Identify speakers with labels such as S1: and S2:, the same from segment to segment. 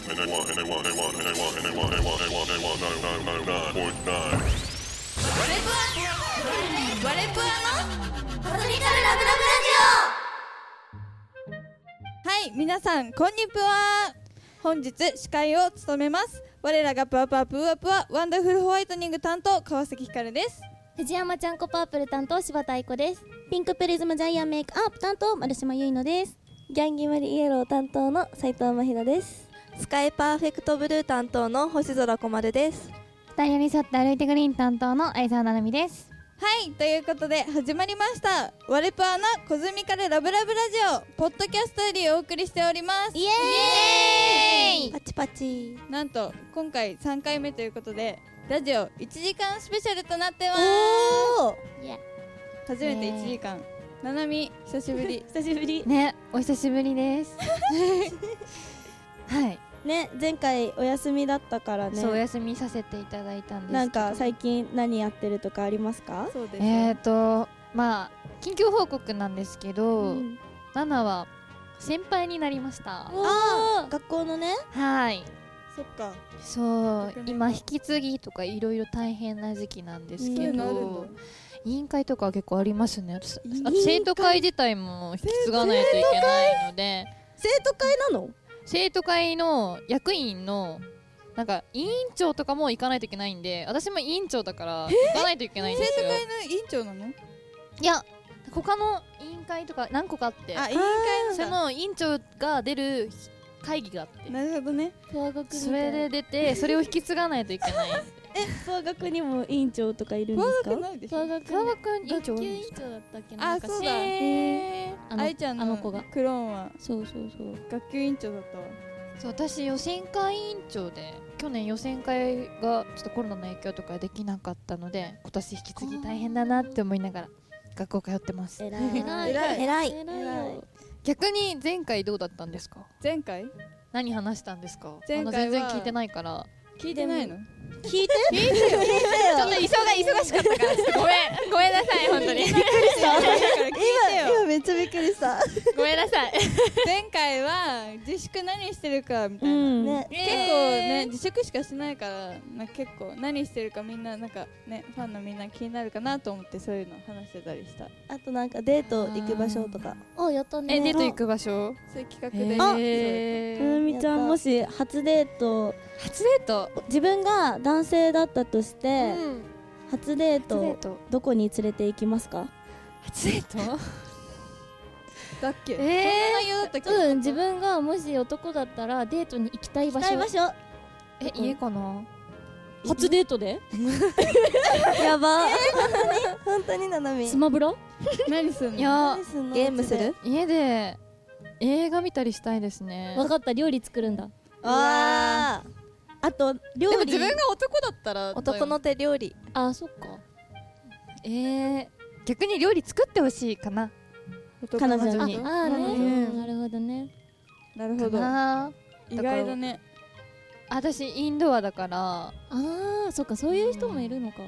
S1: and I want and I want and I want and I want and I want and I want and I want and I want nine nine nine nine point nine.
S2: ワレプアワレプアのボトニカルラブラブ
S3: はい、皆さん、こんにちは。本日司会を務めます。我らがぷわぷわぷわぷわワンダフルホワイトニング担当川崎ひかるです。
S4: 藤山ちゃんこパープル担当柴田愛子ですピンクプリズムジャイアンメイクアップ担当丸島結乃です
S5: ギャンギマリイエロー担当の斉藤真弘です。スカイパーフェクトブルー担当の星空小丸です。
S4: 二人寄り添って歩いてグリーン担当の相沢ななみです
S3: はい、ということで始まりました。ワレプアのコズミカルラブラブラジオポッドキャストよりお送りしております。
S4: イエーイ
S5: パチパチ。
S3: なんと今回3回目ということでラジオ1時間スペシャルとなってます。
S5: おお。
S3: 初めて1時間。ななみ久しぶり
S5: 久しぶり。
S6: ね、お久しぶりです。はい、
S5: ね、前回お休みだったから
S6: そうお
S5: ね。
S6: 休みさせていただいたんですけど。
S5: なんか最近何やってるとかありますか？
S3: そうです
S6: えっ、とまあ緊急報告なんですけど、
S5: ん
S6: ナナは先輩になりました。
S5: ああ、学校のね。
S6: はい。
S3: そっか
S6: そう
S3: 革命が
S6: 今引き継ぎとかいろいろ大変な時期なんです
S3: そうい
S6: け
S3: うのあるん
S6: ど
S3: だ、
S6: 委員会とかは結構ありますね。私
S5: 員
S6: あ
S5: 会
S6: と生徒会自体も引き継がないといけないので。
S5: 生徒会なの？
S6: 生徒会の役員のなんか委員長とかも行かないといけないんで私も委員長だから行かないといけないん
S3: 生
S6: です
S3: 徒
S6: よ
S3: 会の委員長なの
S6: いや他の委員会とか何個かあって
S3: あ委員会
S6: それ
S3: なんだ
S6: の委員長が出る会議があって
S3: なるほどね
S6: それで 出てそれを引き継がないといけない
S5: 総学にも委員長とかいるんで
S3: 怖
S5: すか
S3: く？ないでしょ
S6: 川場君委員長
S4: 長だったっけ
S3: あそうだ
S6: えー
S3: 愛ちゃん
S4: あ
S3: の
S4: の子が
S3: クローンは
S5: そうそうそう。
S3: 学級委員長だったわ
S6: そう私予選会委員長で去年予選会がちょっとコロナの影響とかできなかったので今年引き継ぎ大変だなって思いながら学校通ってます
S5: えらい。
S3: えらい
S5: えらい。
S3: 偉い
S6: 逆に前回どうだったんですか
S3: 前回
S6: 何話したんですか
S3: 前回は
S6: まだ全然聞いてないから
S3: 聞いてないの
S5: 聞いて。
S6: ちょっ と忙忙しかったからちょっとごめ んごめんなさい本当に
S5: 今今めっちゃびっくり した。
S6: ごめんなさい
S3: 前回は自粛何してるかみた
S5: う
S3: いな、
S5: ん。
S3: ね、結構ね自粛しかしてないからなんか結構何してるかみんななんかねファンのみんな気になるかなと思ってそういうの話してたりした
S5: あとなんかデート行く場所とか。
S4: あやったね
S6: えデート行く場所
S3: そういう企画で、
S6: え
S5: なな
S6: ー
S5: みちゃんもし初デート
S6: 初デート
S5: 自分が男性だったとして、初デー
S6: 初デー
S5: ト
S6: ト
S5: どこに連れて行きますか
S6: 初デート
S3: そうだっけ、
S6: え
S3: 内容だったっけ
S4: うん自分がもし男だったらデートに行きたい場所
S5: 所
S6: ーえ家かな
S4: 初デートで
S5: やば、 本当にななみ
S4: スマブラ
S3: 何すんの
S6: いや
S5: ゲームする
S6: 家で映画見たりしたいですね
S4: わかった料理作るんだ
S5: わああと料理
S6: が男だったら
S5: 男の手料理
S4: あそっか
S6: えー、逆に料理作ってほしいかな
S3: 男の
S5: 彼
S4: あ
S5: 女
S4: あ
S5: に
S4: ー
S6: う
S4: ね
S6: ん
S4: なるほどね
S3: なる
S6: か
S3: ほど
S6: な
S3: 意外だね
S6: 私インドアだから
S4: ああそっかそういう人もいるのか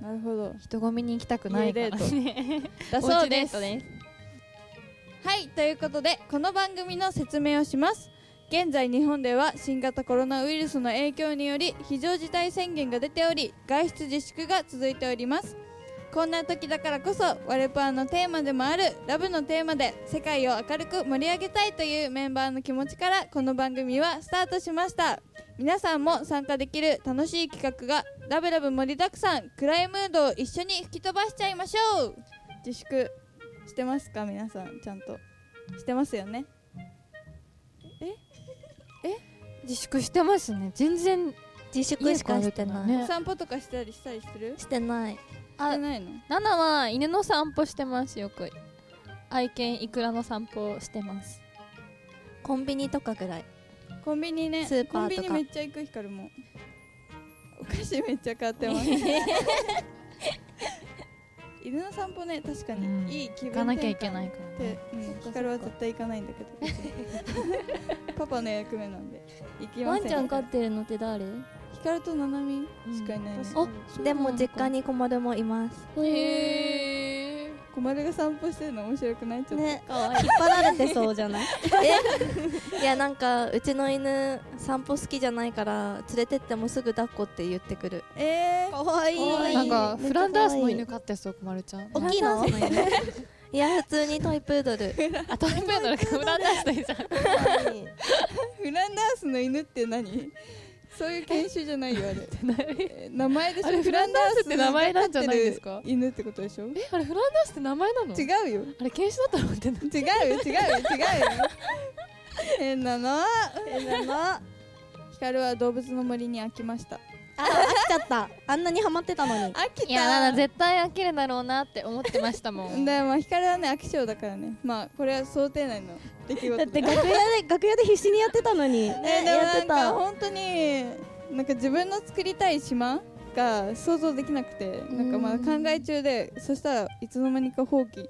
S3: なるほど
S6: 人混みに行きたくないからね
S3: だ
S6: お
S3: そう
S6: うちデ
S3: で
S6: ー
S3: す
S6: トね
S3: はいということでこの番組の説明をします現在日本では新型コロナウイルスの影響により非常事態宣言が出ており外出自粛が続いておりますこんな時だからこそワルパーのテーマでもあるラブのテーマで世界を明るく盛り上げたいというメンバーの気持ちからこの番組はスタートしました皆さんも参加できる楽しい企画がラブラブ盛りだくさん暗いムードを一緒に吹き飛ばしちゃいましょう自粛してますか皆さんちゃんとしてますよね
S6: 自粛してますね全然
S5: 自粛しかしてない、
S3: お散歩とかしたりしたりするし
S5: してない
S6: あ
S3: てないの
S6: ナナは犬の散歩してますよく愛犬イクラの散歩してます
S5: コンビニとかぐらい
S3: コンビニね
S5: スーパーと
S3: コンビニ
S5: か
S3: めっちゃ行く光もお菓子めっちゃ買ってます犬の散歩ね確かに、
S6: うん
S3: いい気分
S6: 行かなきゃい
S3: 転換
S6: けないから
S3: って
S6: ね、
S3: うん、
S5: か
S3: 光は絶対行かないんだけど別にパパの役目なんで行きま
S4: ワ
S3: せん
S4: ンちゃん飼ってるのって誰
S3: 光と七海しかいないね、
S6: うん
S4: あ
S5: でも実家に小丸もいます
S4: へえ
S3: 小丸が散歩してるの面白くないちょっと、
S5: ね
S7: かわいい引っ張られてそうじゃない
S5: いやなんかうちの犬散歩好きじゃないから連れてってもすぐ抱っこって言ってくる
S3: えー、
S5: かわい
S7: 可愛い
S6: なんか
S7: めっちゃ可愛い
S6: フランダースの犬飼ってそう小丸ちゃん
S7: 大きいの
S5: いや普通にトイプード ル
S6: あトイプードルかフランダースの犬じゃん
S3: フランダースの犬って何 そういう犬種じゃないよあれえー名前でし
S6: あれ
S3: ょ
S6: フランダースって名前なんじゃないですか
S3: フランダースに飼ってる犬ってことでしょ
S6: えあれフランダースって名前なの
S3: 違うよ
S6: あれ犬種だったのってな
S3: 違う違う違う違う変なの変なのヒカルは動物の森に飽きました
S7: あ飽きちゃったあんなにハマってたのに
S3: 飽きた
S6: いやなんか絶対飽きるだろうなって思ってましたもん
S3: でまあヒカルはね飽き性だからねまあこれは想定内の出来事
S7: だって楽屋で楽屋で必死にやってたのにや
S3: えーでも
S7: っ
S3: な
S7: て
S3: んか
S7: た
S3: 本当になんか自分の作りたい島が想像できなくてなんかまだ考え中でそしたらいつの間にか放棄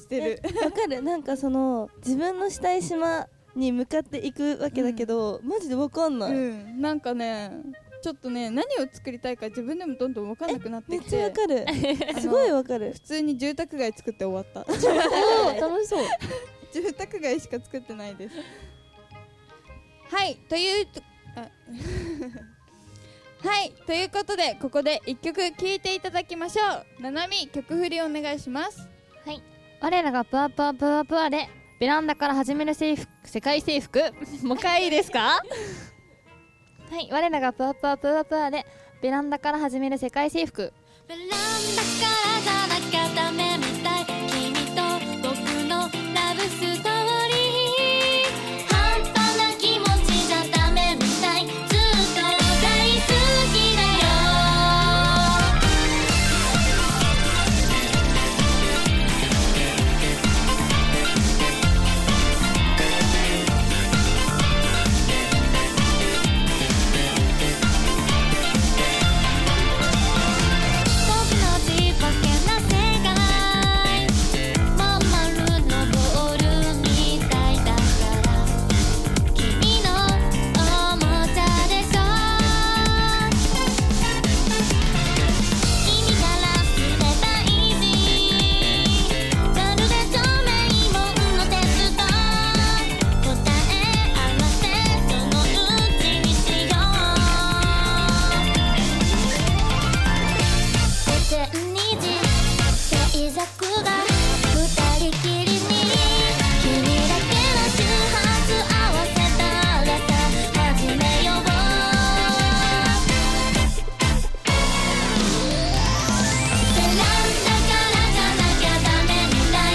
S3: してる
S5: わかるなんかその自分のしたい島に向かっていくわけだけど、マジでわかんな
S3: う
S5: い、
S3: んなんかねちょっとね何を作りたいか自分でもどんどん分かんなくなっ
S5: め
S3: て
S5: っ
S3: き
S5: ちゃわ
S3: て
S5: かるすごいわかる
S3: 普通に住宅街作って終わった
S6: おー楽しそう
S3: 住宅街しか作ってないですはいというとあ はいということでここで1曲聴いていただきましょうななみ曲振りお願いします
S6: 我らがプワプワプワプワでベランダから始める制服世界征服 もう一回いいですかはい我らがプワプワプワプワでベランダから始める世界征服
S4: ベランダからじゃなきゃダメみたい君と僕のラブストーリー半端な気持ちじゃダメみたいずっと大好きだよ僕のちっぽけな世界まん丸のボールみたいだから君のおもちゃでしょ君からすればいいまるで透明もんのテスト答え合わせそのうちにしよう天にじ静寂が二人きりに君だけの周波数合わせたらさ始めようベランダからじゃなきゃダメみたい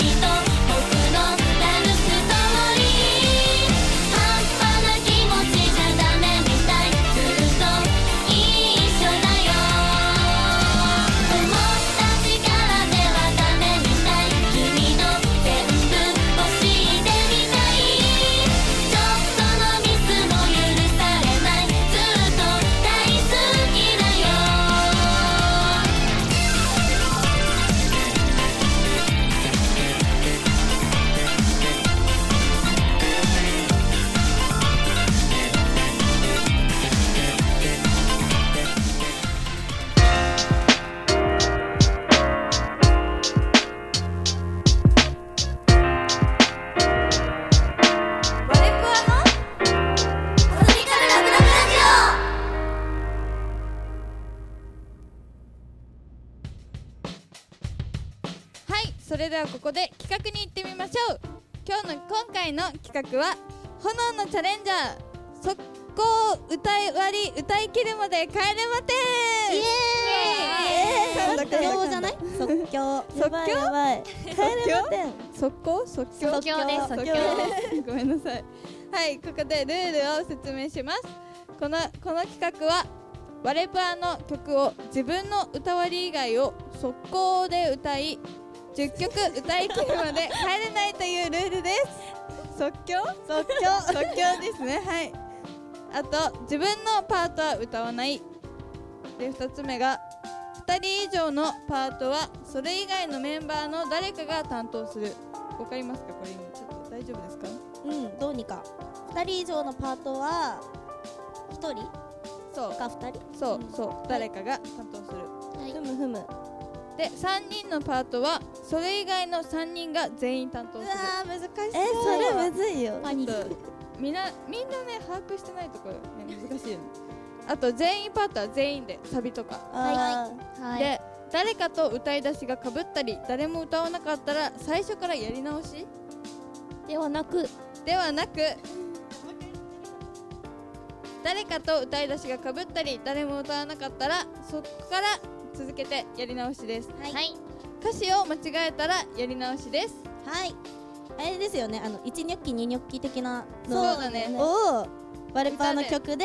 S4: 君と僕のラブストーリー半端な気持ちじゃダメみたいずっと一緒だよ思った力ではダメみたい君の全部を知ってみたいちょっとのミスも許されないずっと大好きだよワレプアのコスミカルラブラブラジオ
S3: はいそれではここで企画に行ってみましょう今日の今回の企画は「炎のチャレンジャー」速攻歌い割り歌い切るまで帰れまて
S7: イエ
S3: ーイ
S7: 即興じゃない即興
S5: やばいやばい帰れません
S3: 速攻即興
S6: 即興です即
S3: ご
S6: 興
S3: めんなさいはいここでルールを説明しますこのこの企画はワレプアの曲を自分の歌割り以外を速攻で歌い10曲歌い切るまで帰れないというルールです 即興即興即興ですねはいあと自分のパートは歌わないで2つ目が2人以上のパートはそれ以外のメンバーの誰かが担当するわかりますかこれ今ちょっと大丈夫ですか
S7: うんどうにか二人以上のパートは一人
S3: そう
S7: か二人
S3: そうそう誰かが担当する
S5: ふむふむ
S3: で3人のパートはそれ以外の3人が全員担当する
S8: 難しそう
S4: えそれむずいよ
S3: ちょっとみんなみんなね把握してないところ、ね、難しいよねあと全員パートは全員でサビとか、
S8: あー
S6: はい
S3: で誰かと歌い出しがかぶったり誰も歌わなかったら最初からやり直し
S4: ではなく
S3: ではなく誰かと歌い出しがかぶったり誰も歌わなかったらそこから続けてやり直しです
S4: はい、
S3: 歌詞を間違えたらやり直しです
S5: はいあれですよねあの一ニョッキ二ニョッキ的な
S3: そう
S5: の
S3: だね
S5: をワルパーの曲で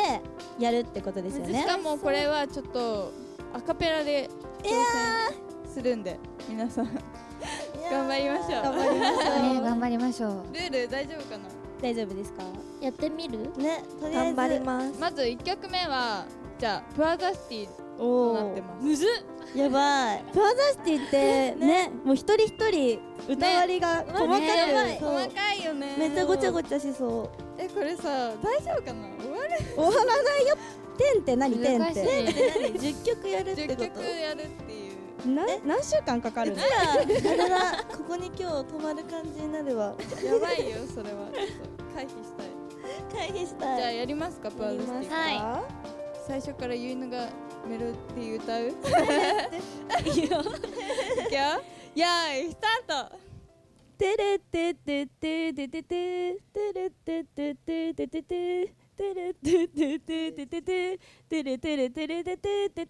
S5: やるってことですよ
S3: し
S5: ね
S3: かもこれはちょっとアカペラで挑戦するんで皆さん頑張りましょう
S8: 頑張りまし
S6: ね頑張りましょう
S3: ルール大丈夫かな
S5: 大丈夫ですか
S4: やってみる
S8: ょうねとりあえず頑張ります
S3: まず1曲目はじゃあプアザシティ
S5: お
S3: となってますむず
S5: すやばいプアザシティってねもう一人一人歌割りが細かく、そう
S3: 細かいよね
S8: めっちゃごちゃごちゃしそ
S3: えこれさ大丈夫かな終わる
S5: 終わらないよ点って何点っ
S6: 難しい
S5: て
S8: う10曲やるってこ
S3: 10
S8: と
S3: 曲やるっていう
S5: な何週間かかるの
S8: あれだここに今日止まる感じになるわ
S3: やばいよそれはちょっと回避したい
S8: 回避し
S3: じゃあ
S8: たい
S3: やりますかプアザシティ
S6: はい
S3: 最初からゆいのがメロディー歌ういくよよーいスタート
S5: テレテテテテテテテレテテテテテテテレテテテテテテテレテレテレテテテテテテテテ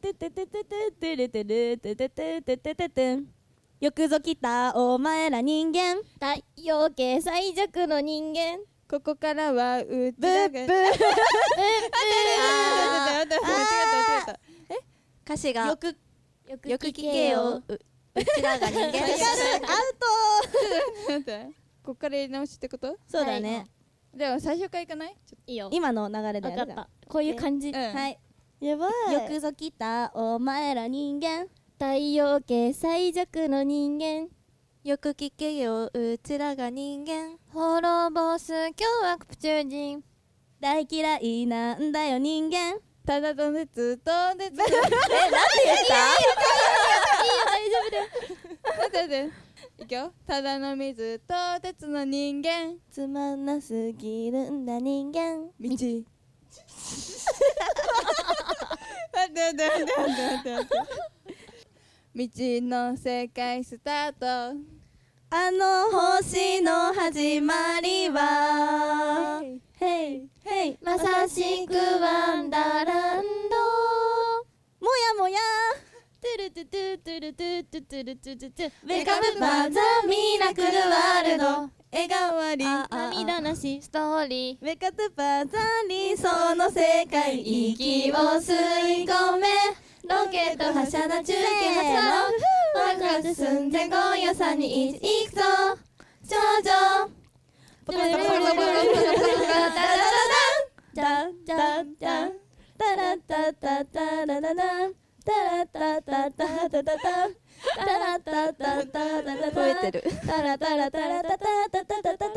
S5: レテレテテテテテテテよくぞ来たお前ら人間
S4: 太陽系最弱の人間
S3: ここからはう
S5: ブッブ
S3: 間違った間違った
S8: 歌詞がよ
S5: よく
S4: よく
S8: く聞けよううちらが人間です
S3: 間違った待ってここからやり直しってこと
S5: そうだね
S3: では最初からいかないちょっ
S4: いいよ
S5: 今の流れで
S4: 分か
S5: や
S4: っ
S5: る
S4: たこういう感じ
S3: とうん
S5: はいやばい
S4: よくぞ来たお前ら人間太陽系最弱の人間
S8: よく聞けようちらが人間
S6: 滅ぼす凶悪プチュ人
S5: 大嫌いなんだよ人間
S3: ただと熱と熱 え、なんで言ったいいよ、大丈夫だよ待って待っていくよただの水と鉄の人間
S8: つまんなすぎるんだ人間
S3: 道待って待って待って待って待って道の世界スタート
S5: あの星の始まりはヘイヘイ
S4: まさしくワンダーランド
S5: もやもや
S4: トゥルトゥトゥトゥルトゥトゥトゥルトゥトゥトゥ
S5: ウェカム
S4: マザミラクルワールド
S5: 笑顔あり
S4: 涙なし
S6: ストーリ
S5: ウ
S6: ー
S5: ェカトゥパザ理想の世界
S4: 息を吸い込めロケット発射だ中継発動ワクワク寸前今夜3に1行くぞ頂上ブルブルブルブルブルブルダダダダダダダ
S5: タラッタッタッタラララタラッタッタッタタタタタラッタッタッタタタタ
S8: 吠えてる
S5: タラタラタラタタタタタタタ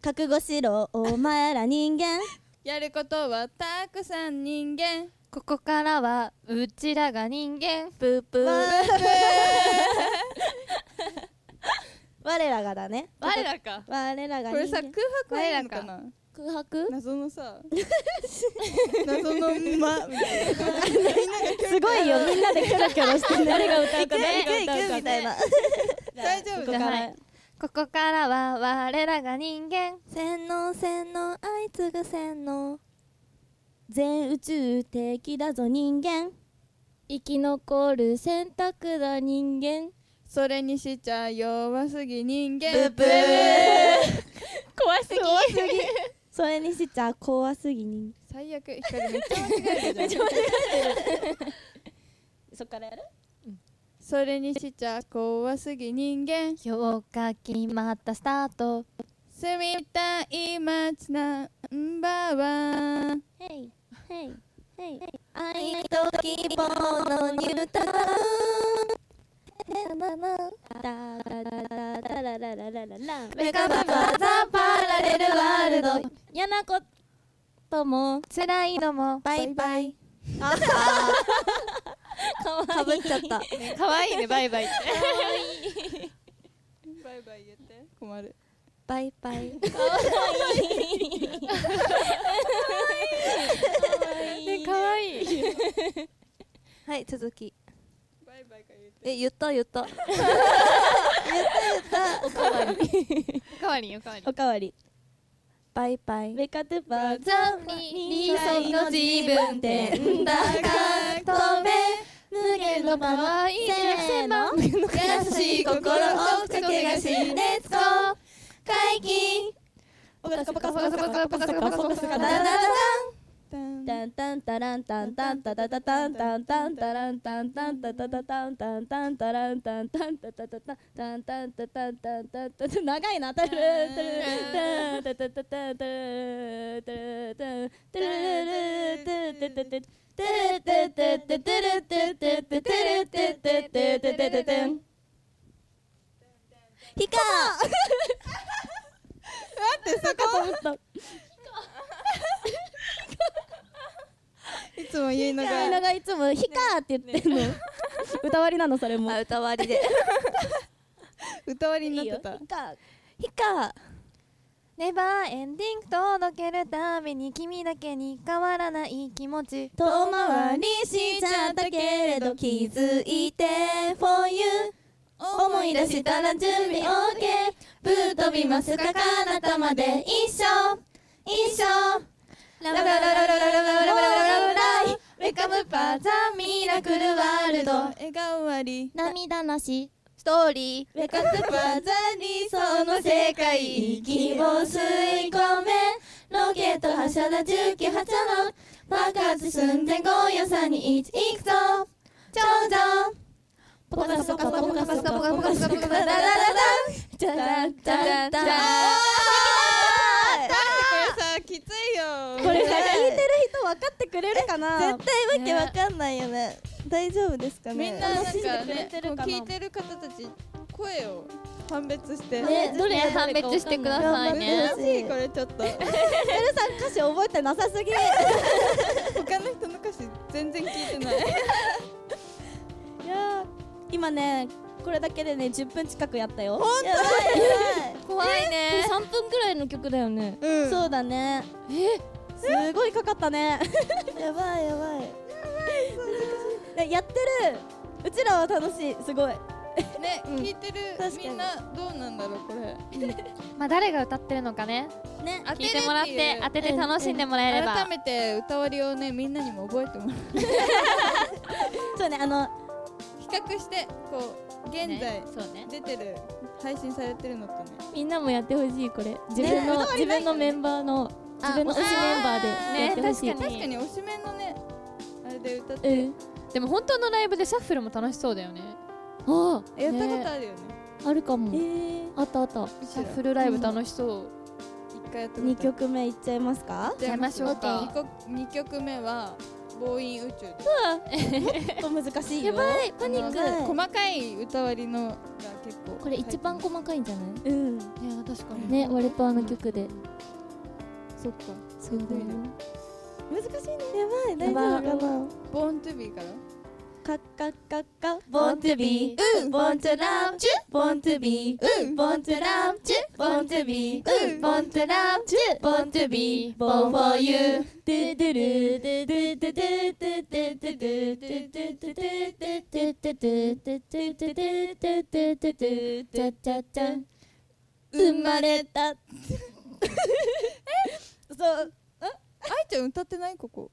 S5: 覚悟しろお前ら人間
S3: やることはたくさん人間
S6: ここからはうちらが人間
S8: ブーブー
S5: 我らがだね
S6: 我らか
S5: 我らが
S3: これ
S5: 人
S3: さ
S5: 間
S3: 空白はいるのかな
S4: 空白
S3: 謎のさ謎の間 みたいな
S5: すごいよみんなでキョロキョロして誰が歌うか
S6: 誰が
S5: 歌うかみたいな
S3: 大丈夫
S6: じゃあはいここからは我らが人間
S8: 洗脳洗脳相次ぐ洗脳
S5: 全宇宙的だぞ人間
S4: 生き残る選択だ人間
S3: それにしちゃ弱すぎ人間
S8: ブブー
S6: 怖すぎ
S5: それにしちゃ怖すぎに
S3: 最悪光めっちゃ間違え るじゃん
S5: そっからやる
S3: それにしちゃ怖すぎ人間
S6: 今日が決まったスタート
S3: 住みたい街ナンバーワン
S4: ヘイヘイヘイ
S8: 愛と希望のニュータウン
S5: ララララララ
S8: メカブバザパラレルワールド
S4: 嫌なことも
S6: 辛いのも
S8: バイバイ
S9: かぶっちゃった
S6: 可愛いねバイバイって
S3: バイバイ言って困る
S9: バイバイ
S6: ね 可愛い
S9: はい続き
S3: バイバイが言って
S9: え言った言った 言った言った
S6: おかわりおかわり
S5: おかわり
S9: バイバイ
S5: メカトゥバーズ
S4: ザ・理想の自分ってんだか止め無限のパワーせーの優しい心をかけがしレッツゴー解禁
S5: おか
S6: パカパカパカパカパカパカ パカ
S4: ダダダ
S3: ダン
S5: タンタンタランタンタンタタタタンタンタンタランタンタンタタタタンタンタンタランタンタンタタタタンタンタンタタンタンタンタンタン長いなタルタルタンタタタタンタルタルタンタルタルタルタルタル
S9: ヒカ
S3: いつも言うのが
S5: みんながいつも「ヒカー」って言ってんの歌わりなのそれも
S9: あ歌わりで
S3: 歌わりになってた
S9: ヒカ
S6: ネバーエンディング届けるたびに君だけに変わらない気持ち
S4: 遠回りしちゃったけれど気づいて for you 思い出したら準備 OK ぶっ飛びますか彼方まで一緒一緒ラブラブラブラブラブラブラブラウェカムパーザミラクルワールド
S3: 笑顔あり
S4: 涙なし
S9: ストーリー
S4: ウェカムパーザ理想の世界息を吸い込めロケット発射だ重機発射の爆発寸前5予算に1いくぞ頂上ポカポカポカポカポカポカポカポカポカポカダダダダンダダダダダン
S3: これさきついよ
S5: これさ聞いてる人分かってくれるかな
S9: 絶対わけわかんないよね大丈夫ですかね
S3: みんななんか
S5: 楽しんでくれ
S3: ね
S5: て
S3: こう
S5: るかな
S3: 聞いてる方たち声を判別して
S6: ねどれ判別してくださいね
S3: 難しいこれちょっと
S5: 歌詞覚えてなさすぎ
S3: 他の人の歌詞全然聞いてない
S5: いやー今ねこれだけでね10分近くやったよ
S6: 怖いね
S4: 三分くらいの曲だよね
S3: うん
S5: そうだねえすごいかかったね
S9: やばいやばい
S5: やってるうちらは楽しいすごい
S3: ね聞いてる
S9: 確かに
S3: みんなどうなんだろうこれ
S6: まあ誰が歌ってるのかね
S3: ね
S6: 聞いてもらって当てて楽しんでもらえれば
S3: 改めて歌わりをねみんなにも覚えてもらう
S5: そうねあの
S3: 比較してこう現在
S6: ねそうね
S3: 出てる配信されてるのとね
S4: みんなもやってほしいこれ自分の自分のメンバーの自分の推しメンバーでやってほしい
S6: ね
S3: 確かに推しメンのねあれで歌って
S4: うん
S6: でも本当のライブでシャッフルも楽しそうだよね
S4: ああ
S3: やったこと
S4: ね
S3: あるよね
S4: あるかも
S5: えー
S4: あったあった
S3: う
S6: シ
S3: ち
S6: ャ
S3: ら
S6: ッフルライブ楽しそう
S3: 一回やったことある
S5: 2曲目いっちゃいま すか
S3: じゃあ
S6: やりましょうか
S3: 二曲二曲目は暴飲宇宙で
S5: ちょっと難しいよ
S4: やばいパニッ
S5: あの
S4: ク
S3: 細かい歌割りのが結構
S4: これ一番
S3: こ
S4: 細かいんじゃな
S5: うん
S6: いや確か
S4: いね割とあの曲で
S3: そっか
S4: すごいな
S5: 難しい
S9: や
S5: ねや
S9: ばい
S5: ばい大
S9: や
S5: 丈夫
S9: ばい
S3: ボーントゥビーから
S5: カッカッカッカ
S4: Born to be, born to love, born to be, born to love, born to be, born to love, born to be, born for you.
S5: ドゥドゥルードゥドゥドゥドゥドゥドゥドゥドゥドゥドゥドゥドゥ生まれたそう
S3: 愛ちゃん歌ってないここ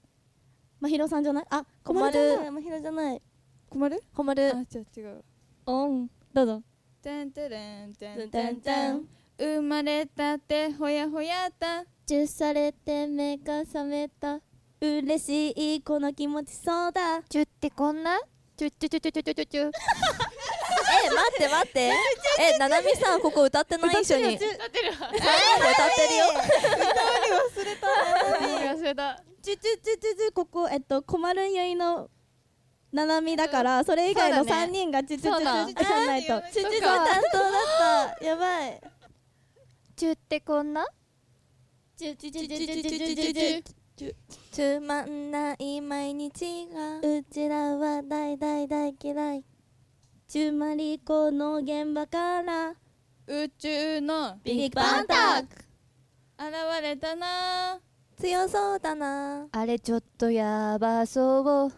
S5: まひろさんじゃないあ
S9: 小
S5: こま
S9: 丸
S5: る
S9: まひろじゃない
S3: 困る
S9: 小
S3: あ
S9: 丸
S3: じゃあ違う
S4: オン、どうぞ。
S3: てんてれんてん
S4: タンタン。
S3: 生まれたてほやほやだ
S4: ジュースされて目が覚めた。
S5: 嬉しいこの気持ちそうだ
S6: チュってこんなチュチュチュチュチュチュチュチュ
S9: え待って待ってえななみさんここ歌ってない一緒に歌ってる歌ってるよ
S6: 忘れた
S5: ちゅちゅちゅちゅちゅここえっと小丸ゆいのななみだからそれ以外の
S6: そうだね
S5: 三人がちゅちゅちゅ
S6: そう
S5: ち
S6: だ
S5: ゅちゅじゃないとちゅちゅちゅ
S6: そっか
S5: 担当だった
S9: やばい
S6: チュってこんな
S4: ジュジュジュジュジュジュジュジュ。つまんない毎日が
S5: うちらは大大大嫌い中間離婚の現場から
S3: 宇宙の
S5: ビッグ
S4: バンタ
S5: ク
S3: 現れたな
S4: 強そうだな
S6: あれちょっとやばそう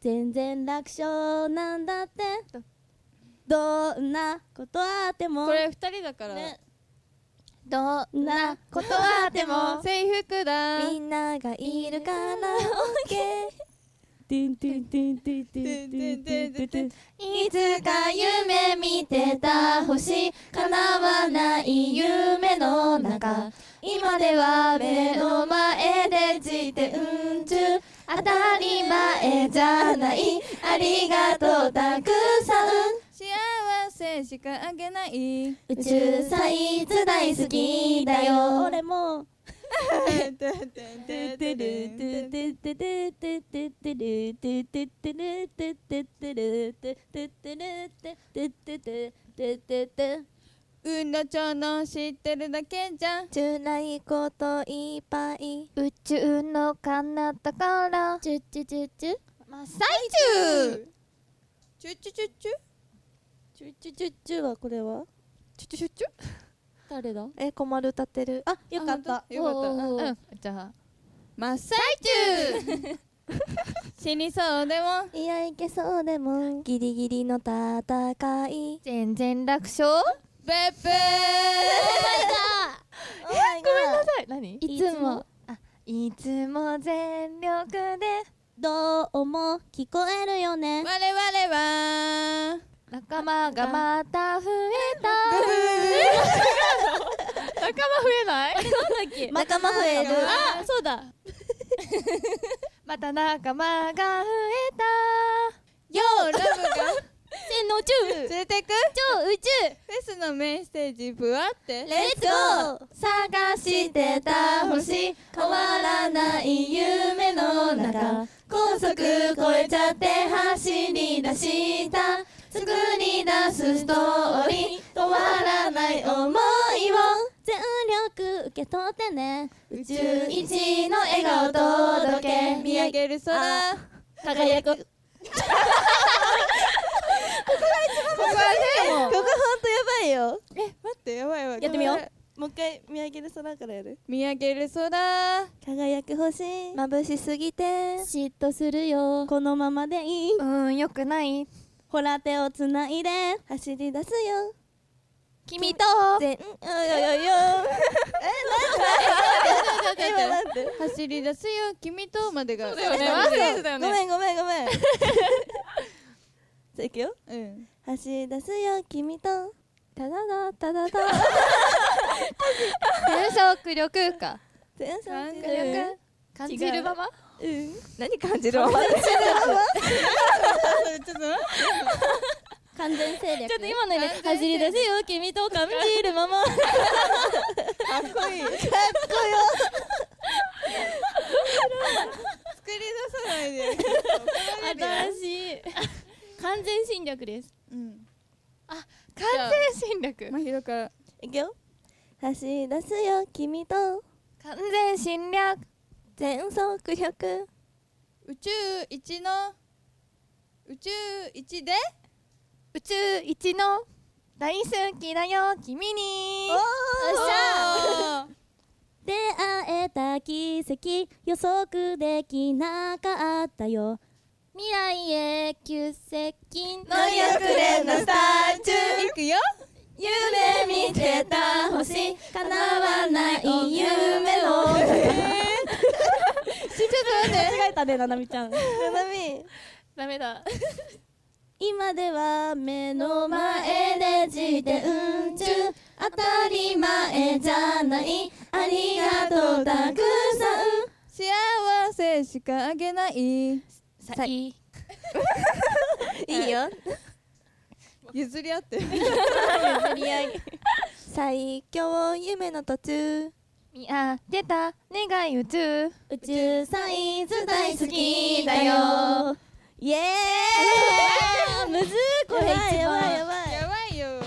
S5: 全然楽勝なんだってどんなことあっても
S3: これ二人だから、
S5: ね
S4: ど
S5: どんなことあっても
S3: 制服だ
S4: みんながいるから OK
S5: いつか夢見てた星叶わない夢の中今では目の前で自転中当たり前じゃないありがとうたくさん
S3: 幸せしかあげない
S5: 宇宙サイズ大好きだよ俺も
S3: うんのちょの知ってるだけじゃん
S4: 中ないこといっぱいう
S6: 宇宙の彼方から
S5: チュッチュチュッチュ
S6: 真っ最
S3: チュッチュチュッチュ
S5: チュッチュチュッチュはこれは
S6: チュチュチュチュ
S5: 誰だ
S4: え困る歌ってるあ
S5: よかった
S3: よかった
S6: おー
S3: うんうん
S6: じゃあ
S3: 真っ最中死にそうでも
S4: いやいけそうでもギリギリの戦い
S6: 全然楽勝
S3: ベッベー
S6: ごめんなさい何
S5: いつも
S6: いつも全力で
S5: どうも聞こえるよね
S3: 我々は
S6: 仲間がまた増えた仲間増えない
S4: 仲間増える
S3: あそうだ
S6: また仲間が増えた
S3: よーラブが
S5: せのチュ
S3: 連れてく
S5: 超宇宙
S3: フェスのメインステージぶわって
S5: レッツゴー探してた星変わらない夢の中高速超えちゃって走り出した作り出すストーリー変わらない思いを全力受け取ってね宇宙一の笑顔届け
S3: 見上げる空こ
S5: 輝 く
S3: こはね
S4: ここほんとやばいよ
S3: え待ってやばいやばい
S4: やってみよう
S3: ごめん
S4: もう一回見上げる空からやる
S3: 見上げる空
S4: 輝く星眩しすぎて
S5: 嫉妬するよこのままでいい
S6: うんよくない
S5: ほら手をつないで
S4: 走り出すよ
S6: 君と
S4: 全あよよよ
S3: 待って
S4: 今
S3: 待
S4: な
S3: って
S4: んて
S3: 走り出すよ君とまでが
S6: だよねワンフレーズだよ
S4: ご
S6: ね
S4: めんごめんご めんじゃあいくよ
S3: うん
S4: 走り出すよ君とただだただだ
S6: 感触力か
S4: 全
S3: 感
S4: 身
S3: じ
S4: 全
S3: る
S4: 力
S6: 感じるまま
S4: うん何感じるわ
S3: ちょっと待っ
S5: 完全戦略ちょっと今
S3: のね
S5: 走り出すよ君と感じるまま
S3: てかっこいい作り出さないで
S5: しい 完全侵略です
S3: うん
S6: 完全侵略
S3: 真宙から
S4: いくよ走り出すよ君と
S6: 完全侵略
S4: 全速力
S3: 宇宙一の宇宙一で
S6: 宇宙一の大好きだよ君に
S3: おー
S5: 出会えた奇跡予測できなかったよ未来へ急接近
S4: 乗り遅れのスターチュー
S3: いくよ
S5: 夢見てた星叶わない 夢の
S3: ちょっと待って
S5: 間違えたねななみちゃん
S4: ななみ
S6: ダメだ
S5: 今では目の前で自転中当たり前じゃないありがとうたくさ
S3: 幸せしかあげない
S6: さい
S4: いいよ
S3: 譲り合って
S5: んり合い
S4: 最強夢の途中
S6: 見あ出た願い宇宙
S5: 宇宙サイズ大好きだよ
S4: イエ
S5: あー むずーこれ一番
S4: ばい
S3: やばいよ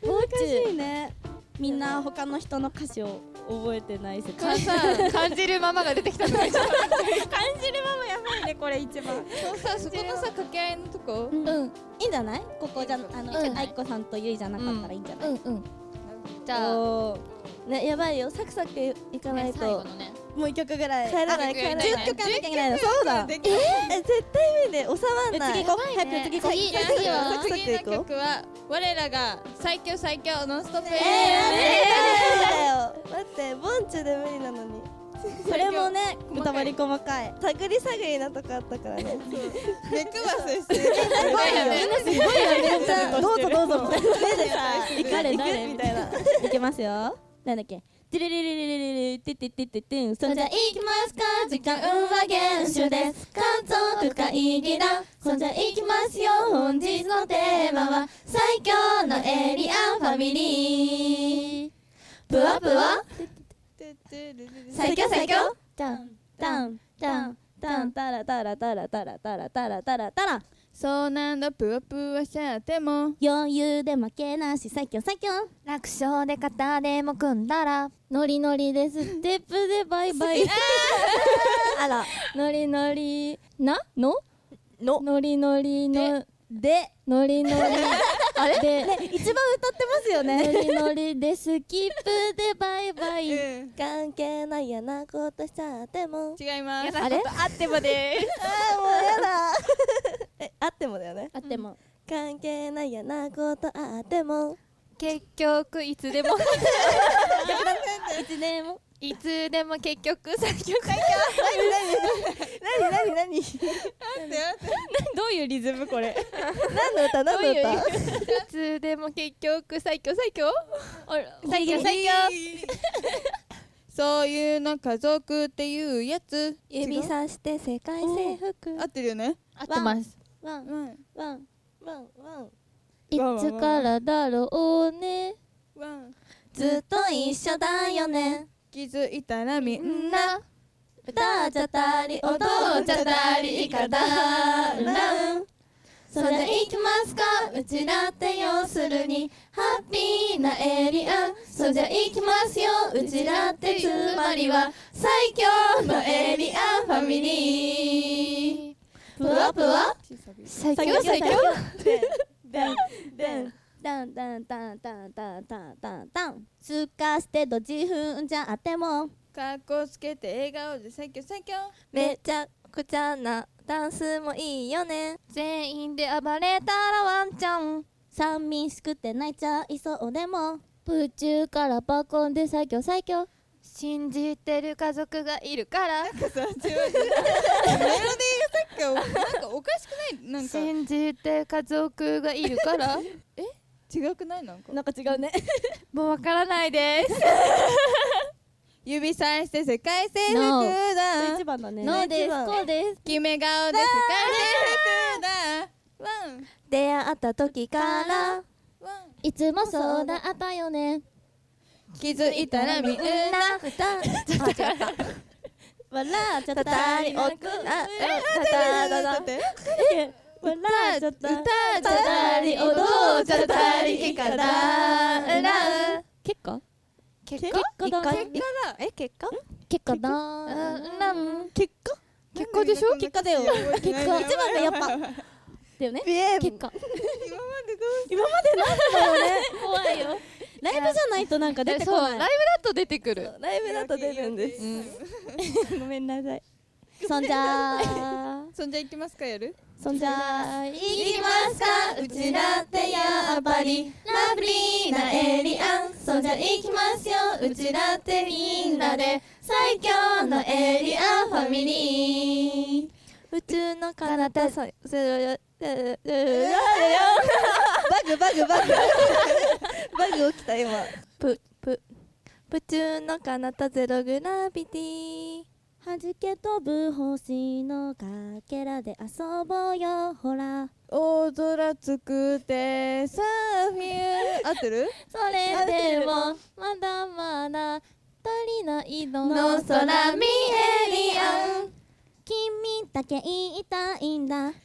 S5: 難しいねみんな他の人の歌詞を覚えてない世
S6: 感じるままが出てきたのが一番
S5: 感
S3: そのさそこのさ掛け合いのとこ
S5: うんいいんじゃないここじゃあ
S4: うん
S5: の愛子さんとゆいじゃなかったらいいんじゃない
S4: うんうん
S6: じゃあ
S4: ねやばいよサクサクいかない
S6: ね最後
S4: と
S6: のね
S5: もう一曲ぐらい
S4: 帰らない帰らない
S6: 10
S5: 10曲はなきゃいけないのそうだ
S4: えー絶対無理で収まんない
S5: 次行こう早く次行こう次
S4: 次次は
S3: 次の曲は我らが最強最強ノンストップエ
S4: えー、待ってボンチュで無理なのに
S5: これも ね
S3: 細
S5: 歌
S3: かい
S5: まり細かい
S4: 探り探りなとこあっ たからね
S3: 目くばせしてる
S4: すごいよ
S5: どうぞどうぞみたいな目でさ
S4: いかれ誰みたいな
S5: 行きますよなんだっけテレレレレレレレテテテテテンそれじゃ行きますか時間は厳守です家族会議だそれじゃ行きますよ本日のテーマは最強のエイリアンファミリーぷわぷわ最強最強ダンダンダンダンタラタラタラタラタラタラタラタラ
S3: そうなんだぷわぷわしちゃっても
S5: 余裕で負けなし最強最強
S6: 楽勝で肩でも組んだら
S5: ノリノリですステップでバイバイ
S4: あら
S5: ノリノリなの
S4: の
S5: ノリノリのでノリノ リあれで、
S4: 一番歌ってますよ
S5: ノ
S4: ね
S5: リノリでスキップでバイバイ、
S4: 関係ないやなことしちゃっても
S3: 違います
S5: あれ
S4: あもうやだ えあってもだよね
S5: あっても
S4: 関係ないやなことあっても
S6: 結局いつで
S5: い
S6: も
S5: つでも
S6: いつでも結局最強最
S4: 何何何
S5: どういうリズムこれ
S4: 何の歌何の歌
S6: 強 いつでも結局最強最強
S5: 最強最強
S3: そういうの家族っていうやつ
S4: 指さして世界征服
S3: 合ってるよね
S6: 合ってます
S4: ワン
S3: うん
S4: ワンワンワン
S5: いつからだろうね
S3: ワン
S5: ずっと一緒だよね
S3: 気づいたらみんな
S5: な歌っちゃったり踊っちゃったりいかだらんそりゃ行きますかうちだって要するにハッピーなエリアンそりゃ行きますようちだってつまりは最強のエリアンファミリーぷわぷわ
S6: 最
S4: 最
S6: 強最強
S4: でんでん
S5: ダンダンダンダンダンダンダンダン通過してど自分じゃあっても
S3: 格好つけて笑顔で最強最強
S4: めちゃくちゃなダンスもいいよね
S6: 全員で暴れたらワンちゃん
S5: 寂しくて泣いちゃいそうでも宇宙からバコンで最強最強
S6: 信じてる家族がいるから
S3: なんかおかしくないなんか
S6: 信じて家族がいるから
S3: 違くないなんか
S5: なんか違うね
S6: もうわからないです
S3: 指さして世界征服
S5: No
S3: だ
S4: 番だね
S5: ノーですこうです
S3: 決め顔で世界征服だワン
S4: 出会った時から
S3: ワン
S5: いつもそうだったよね
S3: 気づいたらみ んな
S5: 歌笑っちゃった
S4: 二
S5: り
S4: 人お
S5: 踊
S4: っ
S5: っ
S4: くあ だだだ
S5: 笑っちゃった
S4: ちゃったり踊っちゃったりいかだ
S5: ら結果
S6: 結
S5: 果
S6: 果
S5: 結果だ
S4: 結果だえ結果
S5: 結果だなん
S4: 結果
S3: 結果でしょ結果だよ結
S5: 結果一番がやっぱだよね
S4: ビエ
S5: 結果
S4: 怖いよ
S5: ライブじゃないとなんか出てこ
S6: そうライブ
S5: ない
S6: だと出てくる
S4: ライブだと出るんです
S5: ごめ んなさいそんじゃあ
S3: そんじゃ行きますかやる
S5: そんじゃあ行きますかうち
S4: だってやっぱり
S5: ラブリーなエリアンそんじゃ行きますようちだってみんなで最強のエリアンファミリー
S4: 宇宙の彼方させろよえええバグバグバグバグ起きた今プププチューの彼方ゼログラビティ
S5: はじけ飛ぶ星のかけらで遊ぼうよほら
S3: 大空作ってサーフィン合ってる
S5: それでもまだまだ足りないの
S4: の空見エリアン
S5: 君だけ言いたいんだ
S3: 一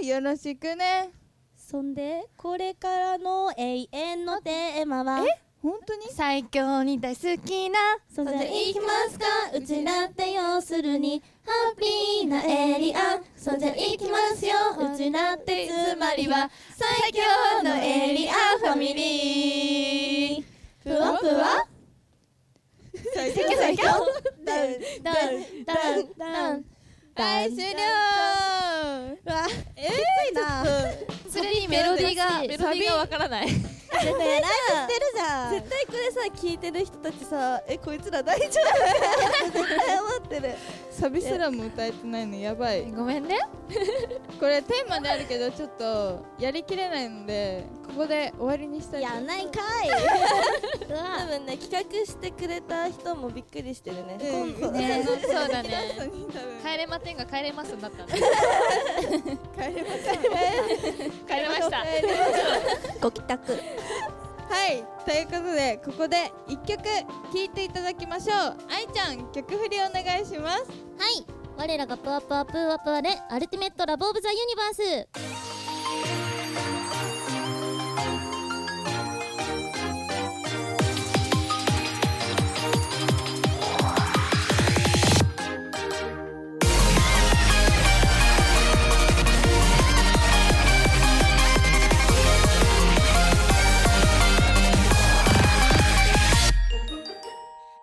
S3: 生よろしくね
S5: そんでこれからの永遠のテーマは
S3: 本当に
S6: 最強に大好きな
S5: それじゃ行きますかうちらって要するにハッピーなエリアそれじゃ行きますようちらってつまりは最強のエリアファミリーふわふわ最強最強ダンダンダンダン
S3: はい終了わええな
S6: それにメロディーがメロディーがわからない
S10: 絶対
S5: 知ってるじゃん
S10: 絶対これさ聞いてる人たちさえこいつら大丈夫 絶対思ってる
S3: サビすらも歌えてないのやばい
S6: ごめんね
S3: これテーマであるけどちょっとやりきれないのでここで終わりにしたいと
S5: や ないか
S10: 多分ね企画してくれた人もびっくりしてるね、
S3: うん
S10: 今度
S6: ねそうだね
S3: 多分
S6: 帰れませんが帰れますになったね
S3: 帰れません
S6: 帰れました
S10: ご帰宅
S3: はいということでここで一曲聴いていただきましょう愛ちゃん曲振りお願いします
S4: はい我らがプワプワプワプワでアルティメットラボオブザユニバース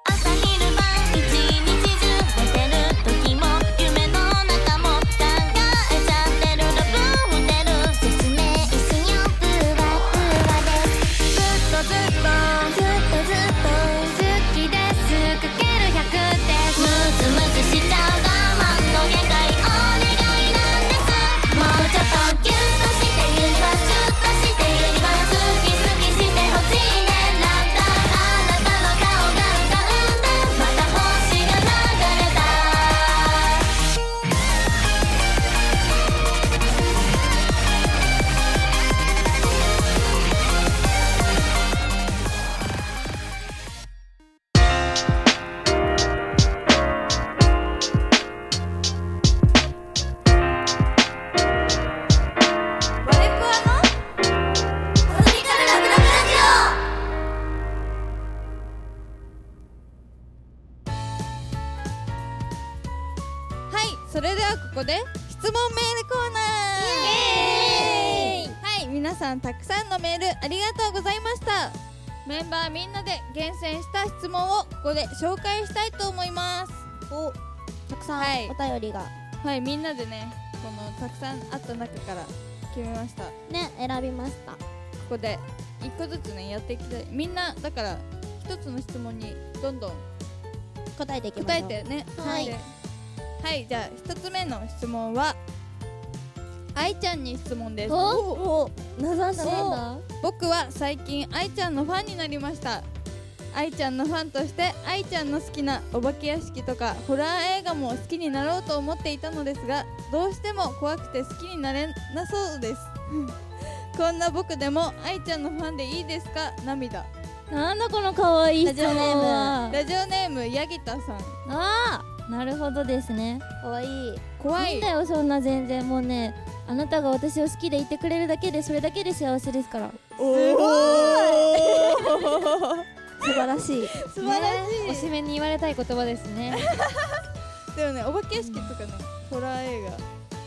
S4: 朝昼晩一日中寝てる時も夢の中も考えちゃってるラブホテル説明しようプワプワですずっとずっとずっとずっと好きですかける100ですムズムズしちゃう我慢の限界お願いなんですもうちょっとギュッとしてユニバースシュッとしてユニバース好き好きしてほしいねランランあなたの顔が浮かんだまた星が流れた
S5: ワレプワの
S4: スミカルラブラブラジオ
S3: はいそれではここで質問メールコーナーはい皆さんたくさんのメールありがとうございましたメンバーみんなで厳選した質問をここで紹介したいと思います
S5: おたくさん
S3: はい
S5: お便りが
S3: はいみんなでねこのたくさんあった中から決めましたこ
S5: ね選びました
S3: こで一個ずつねやっていきたいみんなだから一つの質問にどんどん
S5: 答えていきま
S3: 答
S5: し
S3: え
S5: ょう
S3: てね
S5: はい
S3: ではいじゃあ一つ目の質問は愛ちゃんに質問です
S10: お名指し
S3: 僕は最近愛ちゃんのファンになりました愛ちゃんのファンとして愛ちゃんの好きなお化け屋敷とかホラー映画も好きになろうと思っていたのですがどうしても怖くて好きになれなそう ですこんな僕でも愛ちゃんのファンでいいですか涙
S11: なんだこの可愛い
S5: ラジオネーム
S11: は
S3: ラジオネームヤギタさん
S11: ああなるほどですね
S5: かわいい
S3: 怖
S11: いい
S3: い
S11: んだよそんな全然もうねあなたが私を好きでいてくれるだけでそれだけで幸せですから
S3: す
S10: 素
S3: ごい
S10: 晴らしい
S3: 素晴らしい
S6: おしめに言われたい言葉ですね
S3: でもねお化け屋敷とかのホラー映画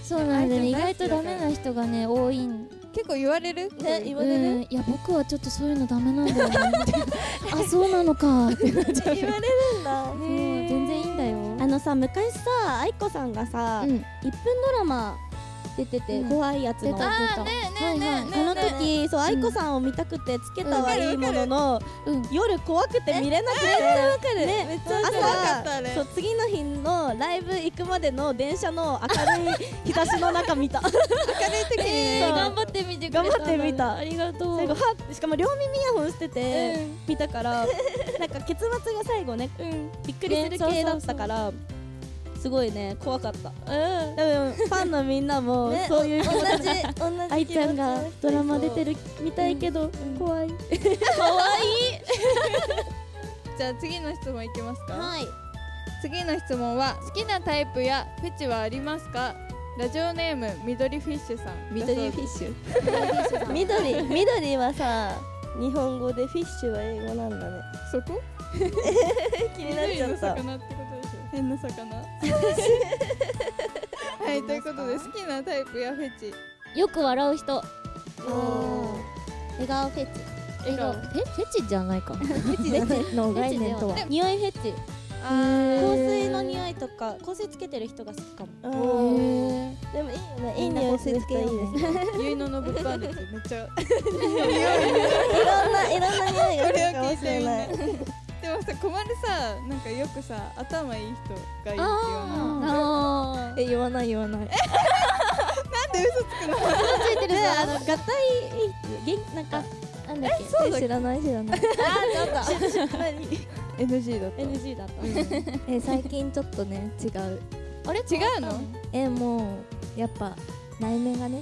S11: そうなんだよね意
S3: 相手
S11: 外とダ
S3: も大好きだから
S11: メな人がね多いん
S3: 結構言われる
S10: ね言わ
S11: う
S10: れる
S11: んいや僕はちょっとそういうのダメなんだよね あそうなのかってなっちゃう
S10: 言われるんだ
S11: そう全然いいんだよ
S5: あのさ昔さ愛子さんがさ、
S11: うん
S5: 1分ドラマ出てて、
S11: うん
S5: 怖いやつの
S11: 出た
S5: あ
S3: あね
S11: えねえねえ
S5: の時そう愛子さんを見たくてつけたはいいものの、
S11: うん
S5: 夜怖くて見れなくてね
S3: めっちゃ怖かったあれ
S5: 朝そう次の日のライブ行くまでの電車の明るい日差しの中見た
S3: 明るい時にね
S5: そう
S11: 頑張ってみてくれたんだね
S5: 頑張ってみた
S11: ありがとう
S5: 最後はしかも両耳イヤホンしてて、見たから なんか結末が最後ね
S11: うん
S5: びっくりする系だったから、すごいね怖かった多分ファンのみんな も
S10: ね
S5: そういう気持ち
S10: 同じ
S5: 愛ちゃんがドラマ出てるみたいけど、怖い
S3: じゃあ次の質問いきますか、
S5: い
S3: 次の質問は好きなタイプやフェチはありますかラジオネーム緑フィッシュさん
S10: 緑フ
S3: ィッシ
S10: ィッシュ
S5: 緑
S10: 緑緑はさ
S5: 日本語でフィッシュは英語なんだね
S3: そこ
S5: 気になっちゃった
S3: 緑の魚ってことでしょ変な魚 はいということで好きなタイプやフェチ
S4: よく笑う人
S5: お
S4: 笑顔フェチ笑顔フェフェチじゃないかフ
S5: フェチでの
S4: ェ
S5: 概
S4: チで
S5: 念と
S4: は
S5: は
S4: ない匂いフェチ香
S3: あ
S4: 水の匂いとか香水つけてる人が好きかも
S5: うん
S4: へ
S5: でもいいよねい
S4: み
S5: い
S4: んな
S5: 匂いする人いいね
S3: ー結納の物販率めっちゃ
S5: いろんないろんな匂いが
S3: これを
S5: するか
S3: 聞
S5: も
S3: い
S5: してれ
S3: みんな
S5: な
S3: いでもさ困るさなんかよくさ頭いい人がいいって言わない
S4: あ
S5: え言わない言わない
S3: なんで嘘つくの
S4: ついてる
S5: ねあ
S4: さ
S5: の合体
S4: 元気なんかなんだっけ
S5: え知らない知らない
S4: あちょっ
S3: NG だっ
S4: と NG だった
S5: え最近ちょっとね違う
S4: あれ
S3: 違うの
S5: えもうやっぱ内面がね